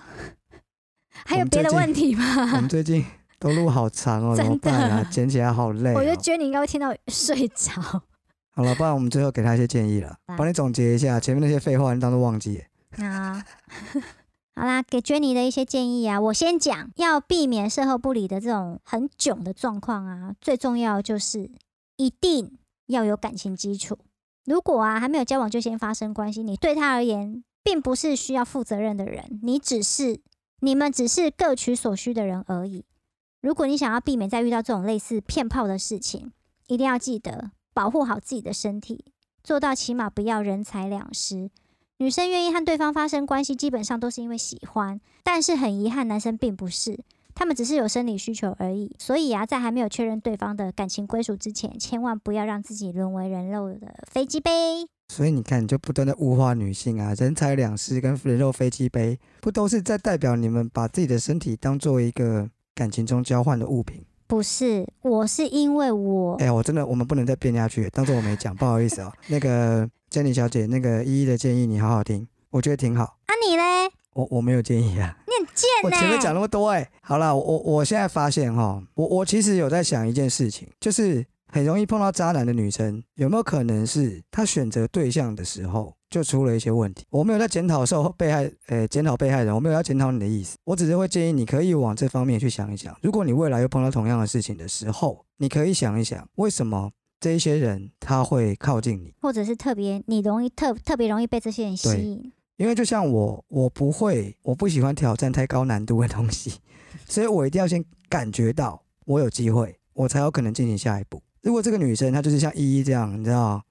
S2: 还有
S1: 我们
S2: 别
S1: 最
S2: 的
S1: 近
S2: 问题
S1: [LAUGHS] 我
S2: 吗
S1: 们？最近都录好长哦，怎么
S2: [LAUGHS] 真的
S1: 办啊？剪起来好累、哦。
S2: 我就觉得你应该会听到睡着
S1: 好了，不然我们最后给他一些建议了，
S2: 来
S1: 帮你总结一下前面那些废话，你当做忘记。
S2: [LAUGHS] 啊。好啦，给 Jenny 的一些建议啊，我先讲，要避免事后不理的这种很囧的状况啊，最重要就是一定要有感情基础。如果啊还没有交往就先发生关系，你对他而言并不是需要负责任的人，你只是你们只是各取所需的人而已。如果你想要避免再遇到这种类似骗炮的事情，一定要记得保护好自己的身体，做到起码不要人财两失。女生愿意和对方发生关系，基本上都是因为喜欢，但是很遗憾，男生并不是，他们只是有生理需求而已。所以啊，在还没有确认对方的感情归属之前，千万不要让自己沦为人肉的飞机杯。
S1: 所以你看，你就不断的物化女性啊，人财两失跟人肉飞机杯，不都是在代表你们把自己的身体当做一个感情中交换的物品？
S2: 不是，我是因为我
S1: 哎、我真的我们不能再变下去，当做我没讲，不好意
S2: [LAUGHS]
S1: 思哦。那个珍妮小姐，那个依依的建议你好好听，我觉得挺好。
S2: 啊你嘞，
S1: 我我没有建议啊，
S2: 你很
S1: 我
S2: 贱呢、
S1: 前面讲那么多哎、好啦，我我我现在发现哈，我我其实有在想一件事情，就是很容易碰到渣男的女生，有没有可能是她选择对象的时候就出了一些问题？我没有在检讨受被害，呃，检讨被害人，我没有要检讨你的意思，我只是会建议你可以往这方面去想一想，如果你未来又碰到同样的事情的时候，你可以想一想，为什么这一些人他会靠近你？
S2: 或者是特别你容易特特别容易被这些人吸
S1: 对
S2: 引。
S1: 因为就像我，我不会，我不喜欢挑战太高难度的东西， [LAUGHS] 所以我一定要先感觉到我有机会，我才有可能进行下一步。如果这个女生她就是像依依这样，你知道，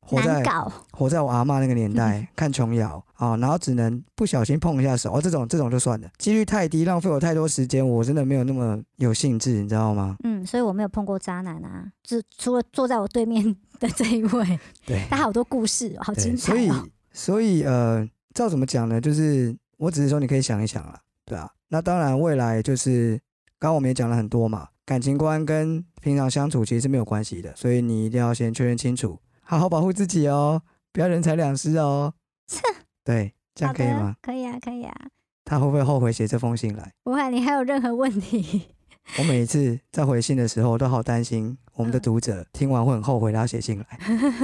S1: 活
S2: 难
S1: 在
S2: 搞，嗯
S1: 活在我阿嬷那个年代，看琼瑶啊、然后只能不小心碰一下手，哦，这种这种就算了，几率太低，浪费我太多时间，我真的没有那么有兴致，你知道吗？
S2: 嗯，所以我没有碰过渣男啊，只除了坐在我对面的这一位，
S1: 对，
S2: 他好多故事哦，好
S1: 对，
S2: 精彩
S1: 所以
S2: 哦。
S1: 所以呃，照怎么讲呢？就是我只是说你可以想一想啦，对啊。那当然，未来就是刚刚我们也讲了很多嘛，感情观跟平常相处其实是没有关系的，所以你一定要先确认清楚，好好保护自己哦，不要人财两失哦。对，这样
S2: 好
S1: 可以
S2: 的
S1: 吗？？
S2: 可以啊，可以啊。
S1: 他会不会后悔写这封信来？
S2: 不会，你还有任何问题？
S1: 我每一次在回信的时候，都好担心我们的
S2: 嗯
S1: 读者听完会很后悔他写信来，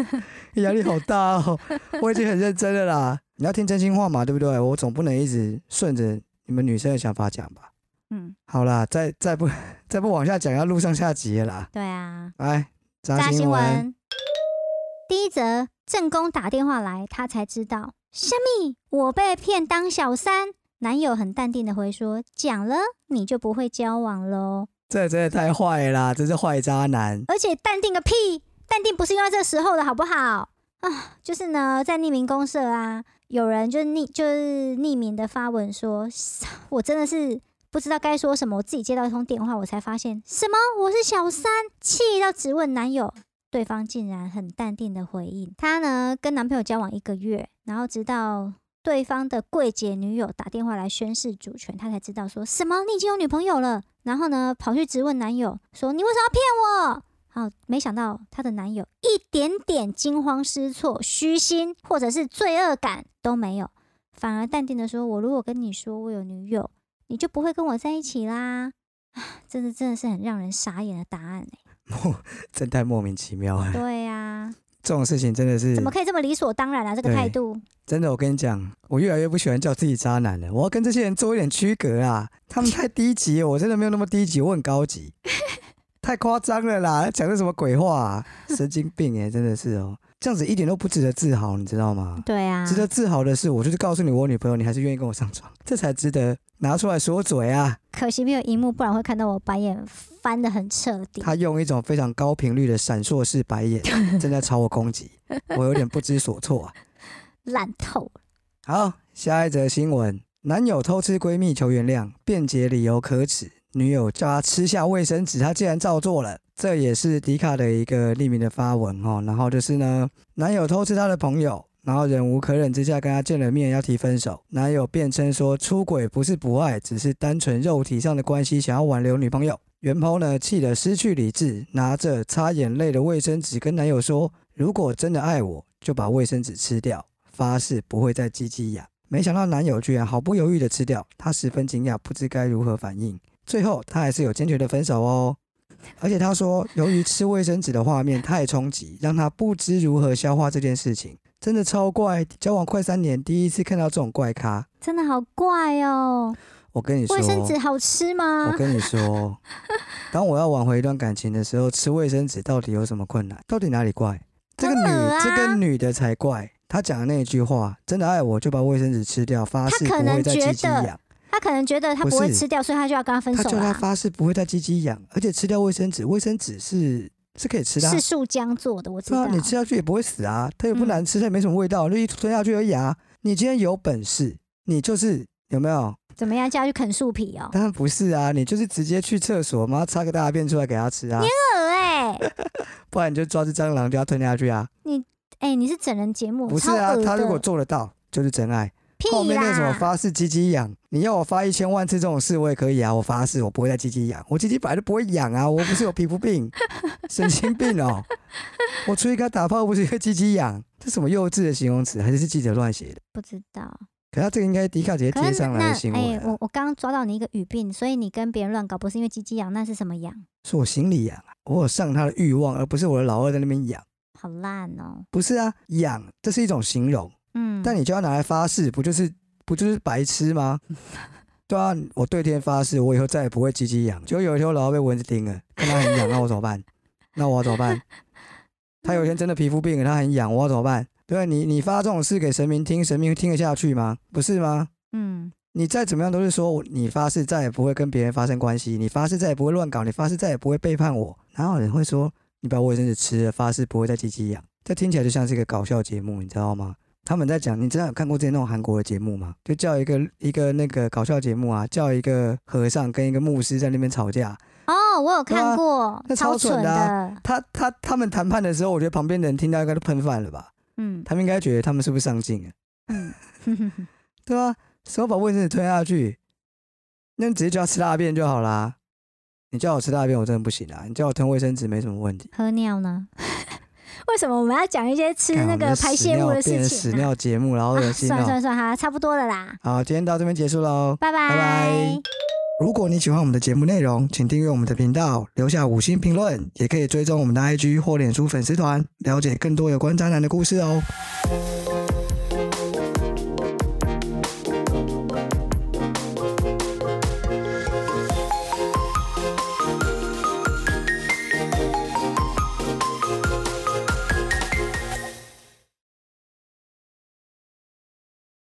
S1: [LAUGHS] 压力好大哦。我已经很认真了啦，你要听真心话嘛，对不对？我总不能一直顺着你们女生的想法讲吧。
S2: 嗯，
S1: 好啦，再再不 [LAUGHS] 再不往下讲，要录上下集了啦。
S2: [LAUGHS] 对啊。
S1: 来，
S2: 渣
S1: 扎
S2: 新
S1: 新闻，
S2: 闻，第一则，正宫打电话来，他才知道，虾米，我被骗当小三。男友很淡定的回说：“讲了你就不会交往喽。”
S1: 这真的太坏了啦，真是坏渣男。 [LAUGHS]
S2: 而且淡定个屁，淡定不是用在这时候的好不好？啊，就是呢，在匿名公社啊，有人就匿就是匿名的发文说，我真的是不知道该说什么，我自己接到一通电话，我才发现什么我是小三，气到直问男友。对方竟然很淡定的回应，她呢跟男朋友交往一个月，然后直到对方的柜姐女友打电话来宣誓主权，她才知道说什么你已经有女朋友了，然后呢跑去质问男友说你为什么要骗我？好，没想到她的男友一点点惊慌失措、虚心或者是罪恶感都没有，反而淡定的说：“我如果跟你说我有女友，你就不会跟我在一起啦。”啊，真的真的是很让人傻眼的答案欸
S1: 真太莫名其妙了，
S2: 对呀、
S1: 这种事情真的是
S2: 怎么可以这么理所当然啊？这个态
S1: 对
S2: 度，
S1: 真的，我跟你讲，我越来越不喜欢叫自己渣男了。我要跟这些人做一点区隔啊！他们太低级了，我真的没有那么低级，我很高级，太夸张了啦！讲的什么鬼话、啊？神经病哎、真的是哦，这样子一点都不值得自豪，你知道吗？
S2: 对啊，
S1: 值得自豪的是，我就是告诉你我有女朋友，你还是愿意跟我上床，这才值得拿出来说嘴啊！
S2: 可惜没有荧幕，不然会看到我把眼翻得很彻底。
S1: 他用一种非常高频率的闪烁式白眼，正在朝我攻击，我有点不知所措啊。
S2: 烂透了，
S1: 好，下一则新闻：男友偷吃闺蜜求原谅，辩解理由可耻，女友叫他吃下卫生纸，他竟然照做了。这也是迪卡的一个匿名的发文哦。然后就是呢，男友偷吃她的朋友，然后忍无可忍之下跟她见了面，要提分手。男友辩称说出轨不是不爱，只是单纯肉体上的关系，想要挽留女朋友。原 po 呢气得失去理智，拿着擦眼泪的卫生纸跟男友说：“如果真的爱我，就把卫生纸吃掉。”发誓不会再鸡鸡痒。没想到男友居然毫不犹豫的吃掉，她十分惊讶，不知该如何反应。最后，她还是有坚决的分手哦。而且她说，由于吃卫生纸的画面太冲击，让她不知如何消化这件事情，真的超怪。交往快三年，第一次看到这种怪咖。
S2: 真的好怪哦。
S1: 我跟你说，
S2: 卫生纸好吃吗？
S1: 哦我跟你说，当我要挽回一段感情的时候，吃卫生纸到底有什么困难？到底哪里怪？这个女，
S2: 很恶啊
S1: 这个女的才怪。她讲的那一句话，真的爱我就把卫生纸吃掉，发誓
S2: 她可
S1: 不
S2: 能
S1: 会再
S2: 觉
S1: 鸡鸡
S2: 得
S1: 痒。
S2: 他可能觉得他
S1: 不
S2: 不会
S1: 是
S2: 吃掉，所以他就要跟他分
S1: 她
S2: 手
S1: 叫她
S2: 啦。
S1: 发誓不会再鸡鸡痒，而且吃掉卫生纸，卫生纸是是可以吃的、啊
S2: 是。树浆做的，我知
S1: 对
S2: 道。
S1: 啊，你吃下去也不会死啊，它也不
S2: 嗯
S1: 难吃，它也没什么味道，就一吞下去而已啊。你今天有本事，你就是有没有？
S2: 怎么样叫他去啃树皮哦？
S1: 当然不是啊，你就是直接去厕所嘛，擦个大便出来给他吃啊，
S2: 饿哎、欸，
S1: 不然你就抓只蟑螂就要吞下去啊。
S2: 哎、你是整人节目，
S1: 不是
S2: 超
S1: 啊
S2: 恶，
S1: 他如
S2: 的
S1: 果做得到，就是真爱。
S2: 屁啦，
S1: 后面那什么发誓鸡鸡痒，你要我发一千万次这种事，我也可以啊。我发誓我不会再鸡鸡痒，我鸡鸡本来就不会痒啊，我不是有皮肤
S2: [LAUGHS]
S1: 病，神经病哦。我出去跟他打炮不是因为鸡鸡痒，这什么幼稚的形容词，还是记者乱写的？
S2: 不知道。
S1: 可他这个应该迪卡直接
S2: 可
S1: 贴
S2: 是
S1: 上来
S2: 那
S1: 的新
S2: 哎、
S1: 闻啊、
S2: 我我刚刚抓到你一个语病，所以你跟别人乱搞不是因为鸡鸡痒，那是什么痒？
S1: 是我心里痒啊，我有上他的欲望，而不是我的老二在那边痒。
S2: 好烂哦。
S1: 不是啊，痒这是一种形容，
S2: 嗯，
S1: 但你就要拿来发誓，不就是不就是白痴吗？对啊，我对天发誓，我以后再也不会鸡鸡痒。结果有一天我老要被蚊子叮了，看它很痒，那我怎么办？那我要怎么办？他有一天真的皮肤病了，他很痒，我要怎么办？对啊，你你发这种事给神明听，神明听得下去吗？不是吗？
S2: 嗯，
S1: 你再怎么样都是说我你发誓再也不会跟别人发生关系，你发誓再也不会乱搞，你发誓再也不会背叛我。哪有人会说你把我卫生纸吃了，发誓不会再鸡鸡痒？这听起来就像是一个搞笑节目，你知道吗？他们在讲，你知道有看过之前那种韩国的节目吗？就叫一个一个那个搞笑节目啊，叫一个和尚跟一个牧师在那边吵架。
S2: 哦，我有
S1: 对啊
S2: 看过，
S1: 那超
S2: 超
S1: 蠢
S2: 蠢
S1: 的啊他他他们谈判的时候，我觉得旁边的人听到应该都喷饭了吧？
S2: 嗯， [LAUGHS]
S1: 他们应该觉得他们是不是上镜了？对啊，手把卫生纸吞下去，那你直接叫他吃大便就好啦。你叫我吃大便，我真的不行啊！你叫我吞卫生纸没什么问题。
S2: 喝尿呢？ [LAUGHS] 为什么我们要讲一些吃
S1: 干
S2: 那
S1: 我们
S2: 个
S1: 的
S2: 排
S1: 屎
S2: 泄
S1: 尿
S2: 物的
S1: 变
S2: 事
S1: 成屎
S2: 情啊、
S1: 尿节目，然后恶
S2: 啊？
S1: 心
S2: 算了算
S1: 哦。
S2: 了算了，好啦差不多了啦，
S1: 好，今天到这边结束喽。
S2: 拜拜
S1: 拜拜如果你喜欢我们的节目内容，请订阅我们的频道，留下五星评论，也可以追踪我们的 IG 或脸书粉丝团，了解更多有关渣男的故事哦。